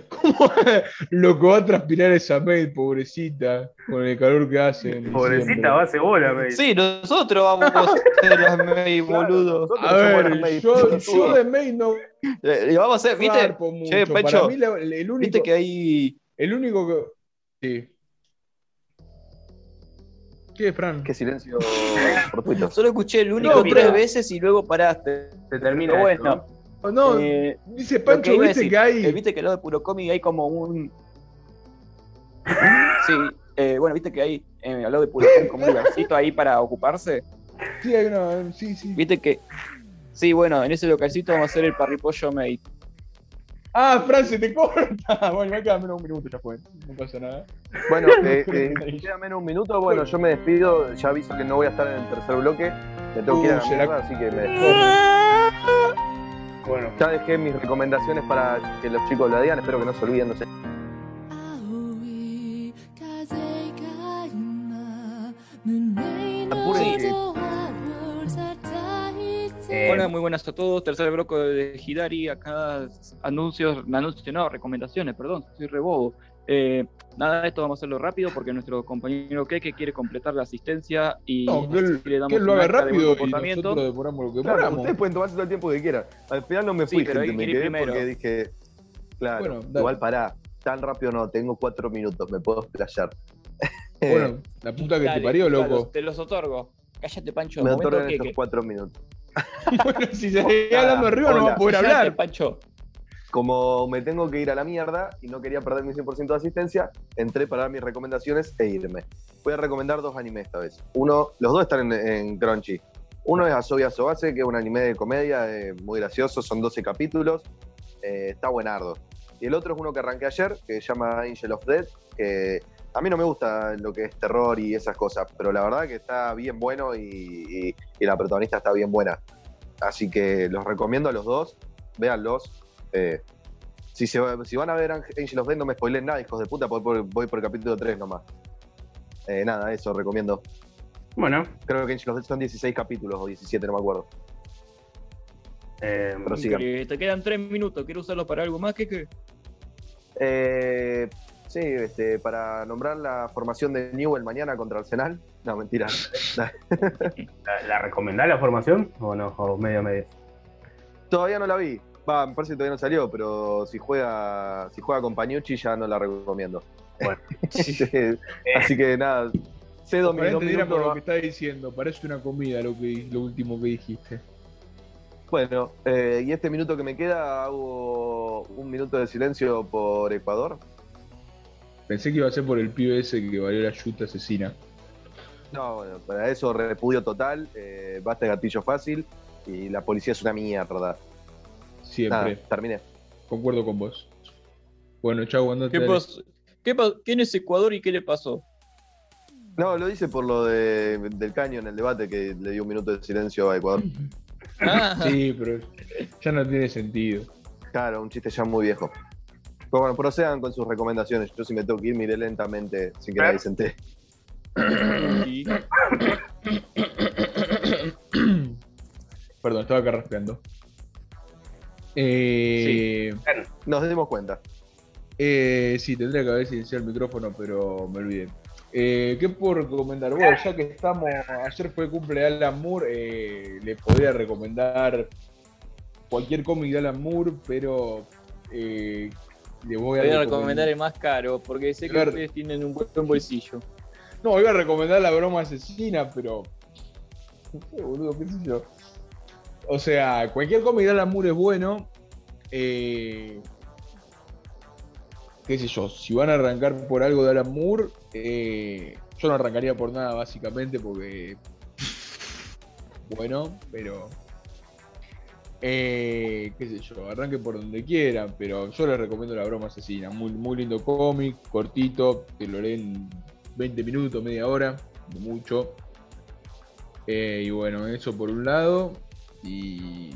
S4: ¿Cómo va- lo que va a transpirar esa mail, pobrecita, con el calor que hace? en diciembre?
S3: Pobrecita, va a hacer bola, me dice.
S2: Sí, nosotros vamos a hacer las May, boludo.
S4: A ver, yo, yo de mail no
S2: Le, le Eh, vamos a hacer, ¿viste?
S4: garpo mucho.
S2: Che,
S4: Para
S2: Pecho,
S4: mí la- el, único,
S2: ¿Viste que hay
S4: el único que... Sí. ¿Qué, Fran?
S1: Qué silencio fortuito.
S2: Solo escuché el único
S3: No,
S2: tres
S3: mira.
S2: veces y luego paraste.
S3: Se termina.
S2: Pero
S3: esto,
S2: bueno.
S4: Oh, No,
S2: Eh,
S4: dice
S2: que
S4: Pancho,
S2: iba a
S4: viste
S2: decir,
S4: que hay...
S2: eh, viste que al lado de Puro Comic hay como un. Sí, eh, bueno, viste que hay eh, al lado de Puro Comic como un lugarcito ahí para ocuparse.
S4: Sí, hay una... Sí, sí.
S2: Viste que. Sí, bueno, en ese localcito vamos a hacer el parripollo mate.
S4: Ah, Fran, se te corta. Bueno, me queda menos un minuto, ya fue. No pasa nada.
S1: Bueno, eh, eh, queda menos un minuto. Bueno, yo me despido. Ya aviso que no voy a estar en el tercer bloque. Me tengo que ir a la
S4: Uh, será-
S1: mierda, así que me despido.
S3: Bueno.
S1: Ya dejé mis recomendaciones para que los chicos la digan. Espero que no se olviden. No sé.
S5: 青い風が今胸のドアを叩いて
S3: Eh,
S2: Hola, muy buenas a todos. Tercer bloque de Hidari. Acá anuncios, anuncios, no, recomendaciones, perdón, soy rebobo. Eh, nada de esto vamos a hacerlo rápido porque nuestro compañero Keke quiere completar la asistencia y
S4: No, que él,
S2: así le damos
S4: que él lo
S2: un
S4: haga
S2: acta de buen
S4: rápido y
S2: comportamiento.
S4: nosotros deporamos lo que
S1: Claro,
S4: deporamos.
S1: ustedes pueden tomarse todo el tiempo que quieran. Al final no me
S2: Sí,
S1: fui,
S2: pero
S1: gente.
S2: hay
S1: Me
S2: que ir
S1: quedé
S2: primero.
S1: porque dije. Claro,
S4: Bueno, dale.
S1: igual pará. Tan rápido no, tengo cuatro minutos, me puedo explayar. Eh,
S4: Bueno, la puta que te
S2: Dale,
S4: parió,
S2: claro,
S4: loco.
S2: te los otorgo. Cállate, Pancho.
S1: me
S2: momento
S1: otorgan
S2: que-
S1: estos
S2: que-
S1: cuatro minutos.
S4: bueno, si se sigue hablando arriba no va
S1: Hola.
S4: a poder
S2: cállate,
S4: hablar.
S2: Pancho.
S1: como me tengo que ir a la mierda y no quería perder mi 100% de asistencia, entré para dar mis recomendaciones e irme. Voy a recomendar dos animes esta vez. Uno, los dos están en, en Crunchy. Uno es Asobia Sobase, que es un anime de comedia eh, muy gracioso, son 12 capítulos, eh, está buenardo. Y el otro es uno que arranqué ayer, que se llama Angel of Death, que a mí no me gusta lo que es terror y esas cosas, pero la verdad que está bien bueno y, y- y la protagonista está bien buena. Así que los recomiendo a los dos, véanlos. Eh, si, se va- si van a ver Ang- Angel of Death, no me spoilen nada, hijos de puta, voy por, voy por el capítulo 3 nomás. Eh, nada, eso recomiendo.
S3: Bueno,
S1: Creo que Angel of Death son 16 capítulos o 17, no me acuerdo.
S3: eh,
S1: Pero sigan.
S2: Increíble, Te quedan tres minutos, quiero usarlo para algo más que que.
S1: Eh, sí, este, para nombrar la formación de Newell mañana contra Arsenal. No, mentira.
S3: ¿la, la recomendás la formación o no? O medio a medio.
S1: Todavía no la vi. Va, me parece que todavía no salió, pero si juega, si juega con Pañucci ya no la recomiendo.
S3: Bueno.
S1: Sí, Así que nada. Sé dos,
S4: Ojalá
S1: dos
S4: entendiera por este
S1: minutos.
S4: lo que está diciendo. Parece una comida lo, que, lo último que dijiste.
S1: Bueno, eh, y este minuto que me queda, hago un minuto de silencio por Ecuador.
S4: Pensé que iba a ser por el pibe ese que valió la yuta asesina.
S1: No, bueno, para eso repudio total, eh, basta de gatillo fácil y la policía es una mierda.
S4: Siempre.
S1: Nada, terminé.
S4: Concuerdo con vos. Bueno, chau, andate.
S2: ¿Qué
S4: dale.
S2: pasó? ¿Qué pa- ¿Quién es Ecuador y qué le pasó?
S1: No, lo hice por lo de- del caño en el debate que le dio un minuto de silencio a Ecuador.
S2: Ah,
S4: Sí, pero ya no tiene sentido.
S1: Claro, un chiste ya muy viejo. Pero bueno, procedan con sus recomendaciones. Yo si me tengo que ir, miré lentamente sin que nadie se entere.
S2: sí.
S4: Perdón, estaba acá raspeando. Eh,
S1: Nos dimos cuenta.
S4: eh, sí, tendría que haber silenciado el micrófono, pero me olvidé. Eh, ¿Qué puedo recomendar? Bueno, ya que estamos. Ayer fue cumple de Alan Moore, eh, le podría recomendar cualquier cómic de Alan Moore, pero eh, le voy a
S2: Voy a
S4: recomendar-
S2: recomendar el más caro, porque sé que
S4: Claro.
S2: ustedes tienen un buen bolsillo.
S4: No, iba a recomendar la broma asesina, pero. No sé, boludo, qué sé yo. O sea, cualquier cómic de Alan Moore es bueno. eh, qué sé yo, si van a arrancar por algo de Alan Moore, eh, yo no arrancaría por nada, básicamente, porque. Bueno, pero. eh, qué sé yo, arranquen por donde quieran, pero yo les recomiendo La Broma Asesina. Muy, muy lindo cómic, cortito, que lo leen 20 minutos, media hora, no mucho. Eh, y bueno, eso por un lado. Y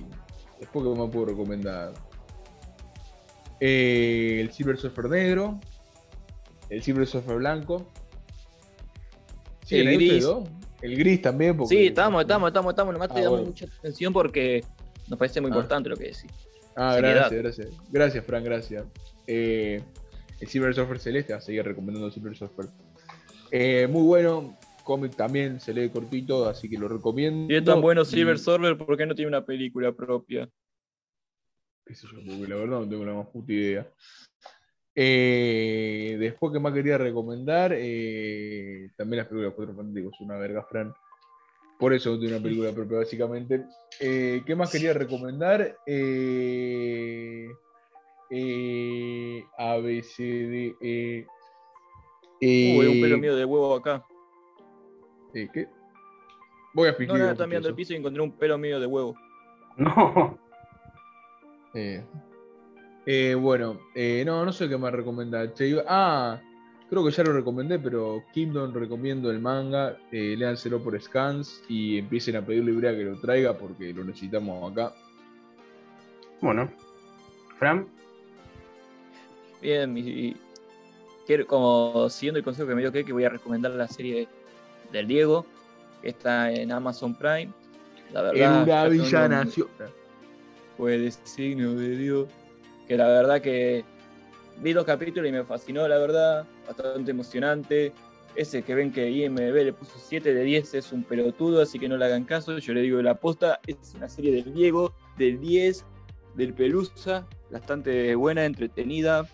S4: después, ¿qué más puedo recomendar? Eh, el Silver Surfer negro. El Silver Surfer blanco. Sí,
S2: El
S4: ¿no hay
S2: gris.
S4: pedo? El gris también. porque-
S2: Sí, estamos, estamos, estamos, estamos. Nomás
S4: Ah,
S2: te damos
S4: bueno.
S2: mucha atención porque nos parece muy
S4: Ah.
S2: importante lo que decís.
S4: Ah,
S2: Seriedad.
S4: gracias, gracias. Gracias, Fran, gracias. Eh, el Silver Surfer Celeste, va a seguir recomendando el Silver Surfer. Eh, muy bueno, cómic también, se lee cortito, así que lo recomiendo.
S2: Y es tan bueno Silver
S4: Y-
S2: Surfer porque no tiene una película propia.
S4: qué sé yo, porque la verdad no tengo la más puta idea. Eh, después que más quería recomendar, eh, también las películas de Cuatro Fantásticos, una verga, Fran. Por eso no tiene una película propia, básicamente. Eh, ¿Qué más quería recomendar? Eh, eh, a, B, C, D, E. Eh,
S2: Uy, un pelo mío de huevo acá.
S4: eh, ¿Qué? Voy a explicar.
S2: No, nada, estaba mirando el piso y encontré un pelo mío de huevo.
S3: No,
S4: Eh. Eh, bueno, eh, no, no sé qué más recomendar. Che, iba- ah, creo que ya lo recomendé, pero Kingdom recomiendo el manga. Eh, léanselo por scans y empiecen a pedir librea que lo traiga porque lo necesitamos acá.
S3: bueno. Fran,
S2: Bien, mi- quiero, como siguiendo el consejo que me dio que voy a recomendar la serie del Diego, que está en Amazon Prime. La verdad,
S4: en una
S2: ya tengo
S4: villa
S2: un-
S4: nación.
S2: fue el signo de Dios. Que la verdad que vi dos capítulos y me fascinó, la verdad, bastante emocionante. Ese que ven que IMB le puso 7 de 10 es un pelotudo, así que no le hagan caso. Yo le digo la posta, es una serie del Diego, del 10, del Pelusa, bastante buena, entretenida.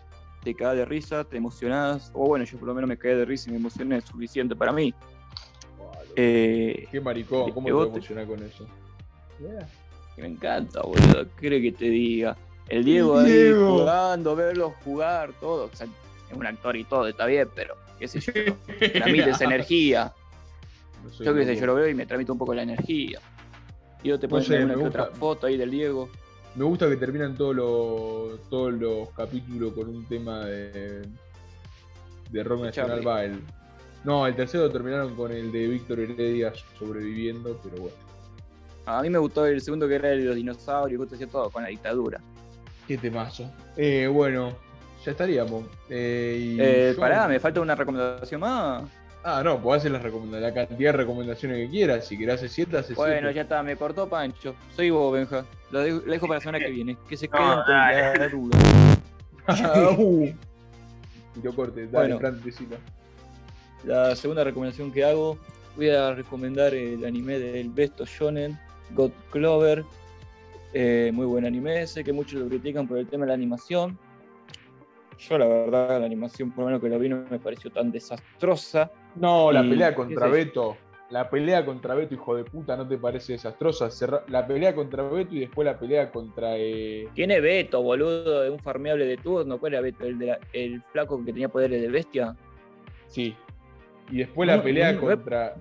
S2: Te cagas de risa, te emocionás. O bueno, yo por lo menos me caí de risa y me emocioné, es suficiente para mí. Eh,
S4: Qué maricón, ¿cómo te
S2: Diego,
S4: voy a
S2: te-
S4: emocionar con eso?
S2: Me encanta, boludo. ¿qué ¿Crees que te diga? El Diego ahí
S4: Diego.
S2: jugando, verlos jugar, todo. O sea, es un actor y todo, está bien, pero qué sé yo. Transmite esa energía.
S4: No soy
S2: Yo qué sé,
S4: loco.
S2: yo lo veo y me transmite un poco la energía. Y yo te
S4: No
S2: pones
S4: sé,
S2: una
S4: me
S2: que otra
S4: gusta.
S2: foto ahí del Diego.
S4: Me gusta que terminan todos los, todos los capítulos con un tema de, de rock nacional.
S2: Charlie.
S4: Va, el- no, el tercero terminaron con el de Víctor Heredia sobreviviendo, pero bueno.
S2: A mí me gustó el segundo que era el de los dinosaurios, que hacía todo con la dictadura.
S4: Qué temazo. Eh, bueno, ya estaríamos. Eh, y
S2: Eh,
S4: yo-
S2: pará, me falta una recomendación más.
S4: Ah, no, podés hacer las recomenda- la cantidad de recomendaciones que quieras. Si querés hacer siete, hace
S2: Bueno,
S4: siete.
S2: ya está, me cortó Pancho. Soy vos, Benja. Lo dejo, lo dejo para la semana que viene. Que se
S3: No,
S2: queden con
S3: dale.
S2: la duda.
S4: uh, y lo corte, dale,
S2: Bueno.
S4: Fran, decilo.
S2: La segunda recomendación que hago, voy a recomendar el anime del Besto Shonen, God Clover. Eh, muy buen anime, sé que muchos lo critican por el tema de la animación. Yo la verdad, la animación, por lo menos que lo vi, no me pareció tan desastrosa.
S4: No, la
S2: Y-
S4: pelea contra
S2: qué sé yo.
S4: Beto. La pelea contra Beto, hijo de puta, ¿no te parece desastrosa? Cerra- la pelea contra Beto y después la pelea contra. eh,
S2: Tiene Beto, boludo, de un farmeable de turno. ¿Cuál era Beto? ¿El, de la- el flaco que tenía poderes de bestia?
S4: Sí. Y después la
S2: No,
S4: pelea
S2: no, no.
S4: contra.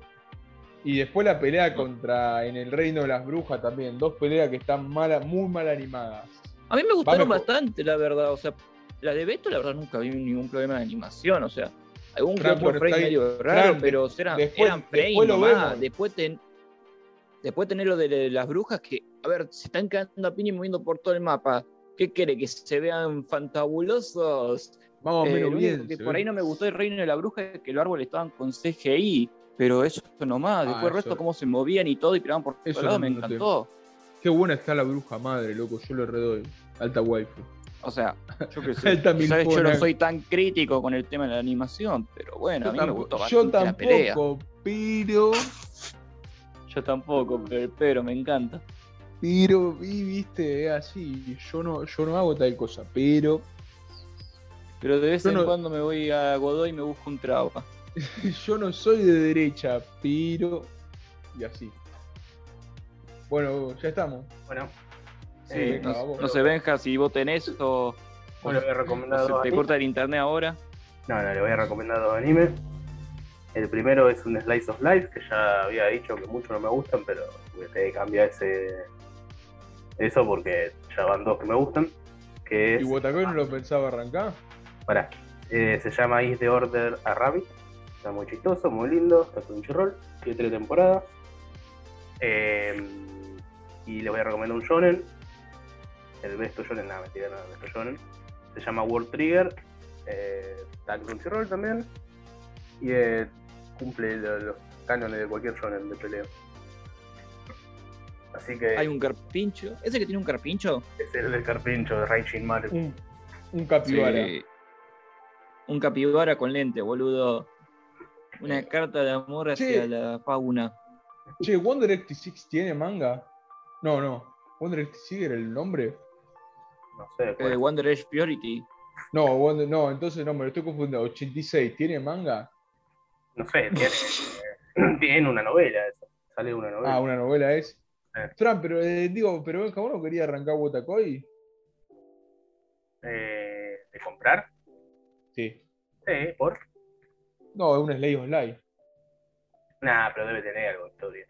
S4: Y después la pelea contra en el Reino de las Brujas también. Dos peleas que están mala, muy mal animadas.
S2: A mí me gustaron
S4: mejor.
S2: bastante, la verdad. O sea, la de Beto, la verdad, nunca vi ningún problema de animación. O sea, algún que
S4: Fran,
S2: otro
S4: bueno,
S2: frame
S4: está ahí.
S2: medio raro,
S4: de-
S2: pero eran,
S4: después-
S2: eran frame
S4: después lo
S2: nomás.
S4: vemos.
S2: Después, ten- después tener lo de las brujas que, a ver, se están quedando a piña y moviendo por todo el mapa. ¿Qué quiere? ¿Que se vean fantabulosos?
S4: Vamos
S2: Eh,
S4: menos
S2: lo único
S4: bien.
S2: que
S4: se
S2: por
S4: ve.
S2: ahí no me gustó el reino de la bruja es que los árboles estaban con CGI, pero eso nomás. Después el
S4: Ah, eso-
S2: resto, cómo se movían y todo y tiraban por
S4: Eso
S2: todos lados,
S4: no
S2: me
S4: noté.
S2: encantó.
S4: Qué buena está la bruja madre, loco. Yo le redoy. Alta waifu.
S2: O sea, yo qué sé.
S4: Alta
S2: Sabes, yo
S4: milfona.
S2: no soy tan crítico con el tema de la animación, pero bueno, a mí me
S4: tampo-
S2: gustó
S4: yo
S2: bastante la pelea.
S4: tampoco, pero.
S2: Yo tampoco, pero el pero me encanta.
S4: Pero, y, viste, es así. Yo no, yo no hago tal cosa, pero.
S2: Pero de vez
S4: Yo
S2: en
S4: no-
S2: cuando me voy a Godoy y me busco un traba.
S4: Yo no soy de derecha, pero. Y así. Bueno, ya estamos.
S3: Bueno,
S4: Sí,
S3: eh,
S4: no-
S2: No sé, Benja, si vos tenés o,
S3: yo le voy a
S2: o
S3: recomendar
S2: se
S3: dos
S2: te
S3: animes.
S2: corta el internet ahora.
S3: No, no, le voy a recomendar dos animes. El primero es un Slice of Life, que ya había dicho que muchos no me gustan, pero voy a tener que cambiar ese, eso porque ya van dos que me gustan. Que es,
S4: ¿Y Botacoy no lo pensaba arrancar?
S3: pará, eh, se llama Is the Order a Rabbit. Está muy chistoso, muy lindo, está Crunchyroll, tiene tres temporadas. Eh, y le voy a recomendar un shonen. El besto shonen, nada, mentira, no, el besto shonen. Se llama World Trigger. eh, está en Crunchyroll también. Y eh, cumple lo- los cánones de cualquier shonen de pelea. Así que
S2: Hay un carpincho. ¿Ese que tiene un carpincho?
S3: es el del carpincho de Raging Mario.
S4: Un, un capibara.
S2: Sí. Eh, Un capibara con lente, boludo. Una carta de amor hacia
S4: Sí.
S2: la fauna.
S4: Che, ¿Wonder 86 tiene manga? No, no. ¿Wonder 86 era el nombre?
S3: No sé,
S2: Eh,
S3: cuál.
S2: Wonder Edge Purity.
S4: No, Wonder- no, entonces no, me lo estoy confundiendo. 86, ¿tiene manga?
S3: no sé, tiene, tiene una novela eso. Sale una novela.
S4: Ah, una novela es.
S3: Eh.
S4: Fran, pero eh, digo, pero Benja, ¿vos no quería arrancar Botacoy?
S3: Eh, ¿De comprar?
S4: Sí.
S3: Sí, por.
S4: No, es un Slay of Life.
S3: Nah, pero debe tener algo de historia.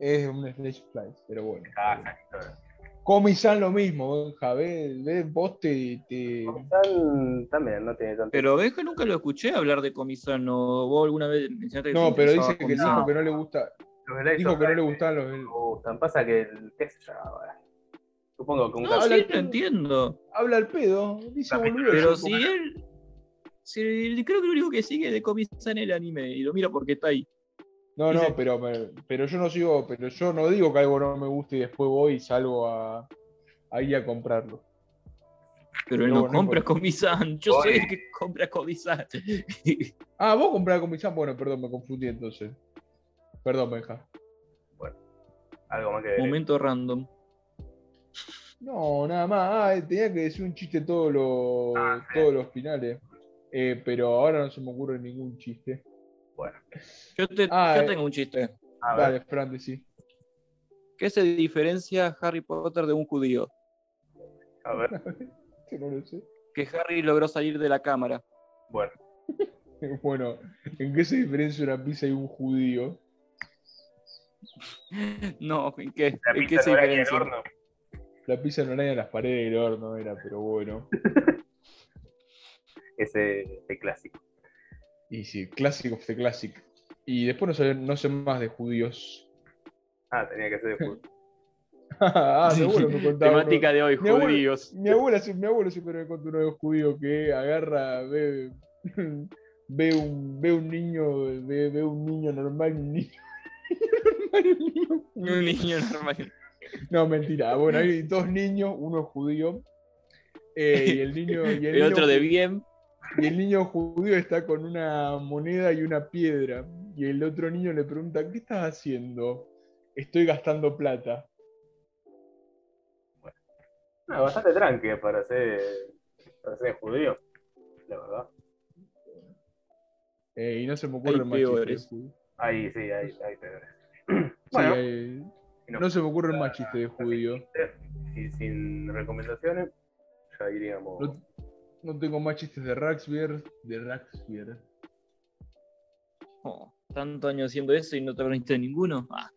S4: Es un Slay of Life, pero bueno.
S3: Casa, historia.
S4: Comi San lo mismo, Benja. Ve, ve, vos te. te-
S3: Tan- también no tiene tanto.
S2: Pero Benja nunca lo escuché hablar de Comisano. ¿Vos alguna vez mencionaste que
S4: No, pero
S2: Comisano
S4: dice que
S2: estaba
S4: dijo que no le gusta.
S3: Los Slice
S4: Dijo
S3: of
S4: que no le
S3: Life
S4: gustaban los.
S3: me gustan. Pasa que el qué sé yo, ahora. Supongo que un
S2: comisando? No,
S3: capítulo-
S2: sí, lo entiendo.
S4: Habla al pedo, dice boludo.
S2: Pero si él. Si, él- creo que lo único que sigue es de Comisano el anime. Y lo mira porque está ahí.
S4: No,
S2: Dice-
S4: no, pero, me- pero yo no sigo, pero yo no digo que algo no me guste y después voy y salgo a, ahí a comprarlo.
S2: Pero él no,
S4: No, no
S2: compra
S4: importa.
S2: Comisan. Yo soy
S3: Oye.
S2: el que compra Comisan.
S4: Ah, vos comprás con mi chan? bueno, perdón, me confundí entonces. Perdón, Benja.
S3: algo más que
S2: Momento random.
S4: No, nada más. Ah, eh, tenía que decir un chiste todos los,
S3: Ah, sí.
S4: todos los finales. Eh, pero ahora no se me ocurre ningún chiste.
S3: bueno.
S2: Yo, te,
S4: Ah,
S2: yo
S4: eh.
S2: tengo un chiste.
S3: A ver,
S4: Dale, Fran, sí.
S2: ¿Qué se diferencia Harry Potter de un judío?
S3: A ver,
S4: Yo no lo sé.
S2: Que Harry logró salir de la cámara.
S3: bueno.
S4: Bueno, ¿en qué se diferencia una pizza y un judío?
S2: No, ¿en qué?
S3: La
S2: ¿En
S3: pizza
S2: qué se
S3: no era ni el
S2: diferencia?
S3: horno.
S4: La pizza no era en las paredes del horno, era, pero bueno.
S3: Ese ese eh, clásico.
S4: Y sí, classic of the classic. Y después no sé, no sé más de judíos.
S3: Ah, tenía que ser de fútbol.
S4: ah, seguro me contaba. uno.
S2: Temática de hoy,
S4: Mi abuelo-
S2: judíos.
S4: Mi abuela, sí- mi abuelo siempre me contó uno de los judíos que agarra, ve, ve, un, ve un niño, ve, ve un niño normal, un niño, normal, un niño judío.
S2: Un niño normal.
S4: No, mentira. Bueno, hay dos niños, uno es judío. eh, y el niño, y el
S2: El otro
S4: niño-
S2: de bien.
S4: y el niño judío está con una moneda y una piedra. Y el otro niño le pregunta, ¿qué estás haciendo? Estoy gastando plata.
S3: No, Ah, bastante tranqui eh, para ser, para ser judío. La verdad.
S4: Eh, y no se me ocurre
S2: Hay
S4: más chistes
S2: peores.
S4: de judío.
S3: Ahí sí, ahí, ahí te veré.
S4: Sí,
S3: Bueno,
S4: eh,
S3: y
S4: no,
S3: nos-
S4: se me ocurre
S2: Ah,
S4: más chistes de judío.
S3: y sin recomendaciones, ya iríamos.
S4: No, no tengo más chistes de Raxbier. De Raxbier.
S2: Oh, tanto año haciendo eso y no te conociste ninguno. Ah,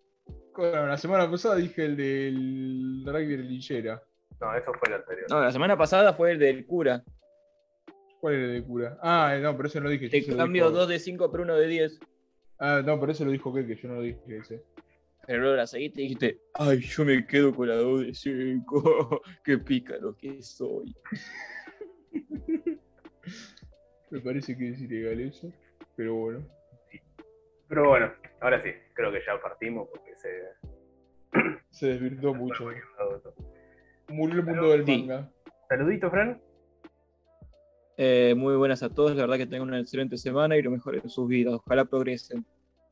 S4: Bueno, la semana pasada dije el del Raxbier Lillera.
S3: No, eso fue el anterior.
S2: no, la semana pasada fue el del cura.
S4: ¿Cuál era el de cura? Ah, no, pero ese lo dije. yo,
S2: Te
S4: ese lo
S2: cambio
S4: dijo-
S2: dos de 5 por uno de 10.
S4: Ah, no, pero ese lo dijo que yo no lo dije ese.
S2: Pero luego la seguiste y dijiste, ay, yo me quedo con la 2 de 5. Qué pícaro que soy.
S4: Me parece que es ilegal eso. Pero bueno.
S3: Pero bueno, ahora sí, creo que ya partimos porque se.
S4: Se desvirtuó mucho.
S3: Saludito,
S4: Murió el mundo del
S2: Sí.
S4: manga.
S3: Fran.
S2: Eh, muy buenas a todos, la verdad que tengan una excelente semana y lo mejor en sus vidas. Ojalá progresen.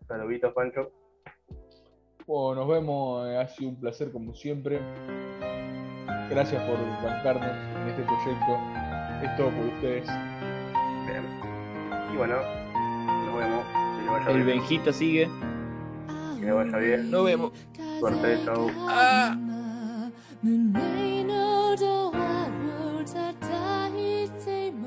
S3: Saluditos, Pancho.
S4: Bueno, nos vemos. eh, Ha sido un placer como siempre. Gracias por bancarnos en este proyecto. Es todo por ustedes.
S3: Bien. Y bueno, nos vemos. Que le vaya
S2: El
S3: bien.
S2: Benjita sigue.
S5: Que le vaya bien.
S2: Nos vemos.
S5: Suerte, chau.
S2: Ah.
S5: 胸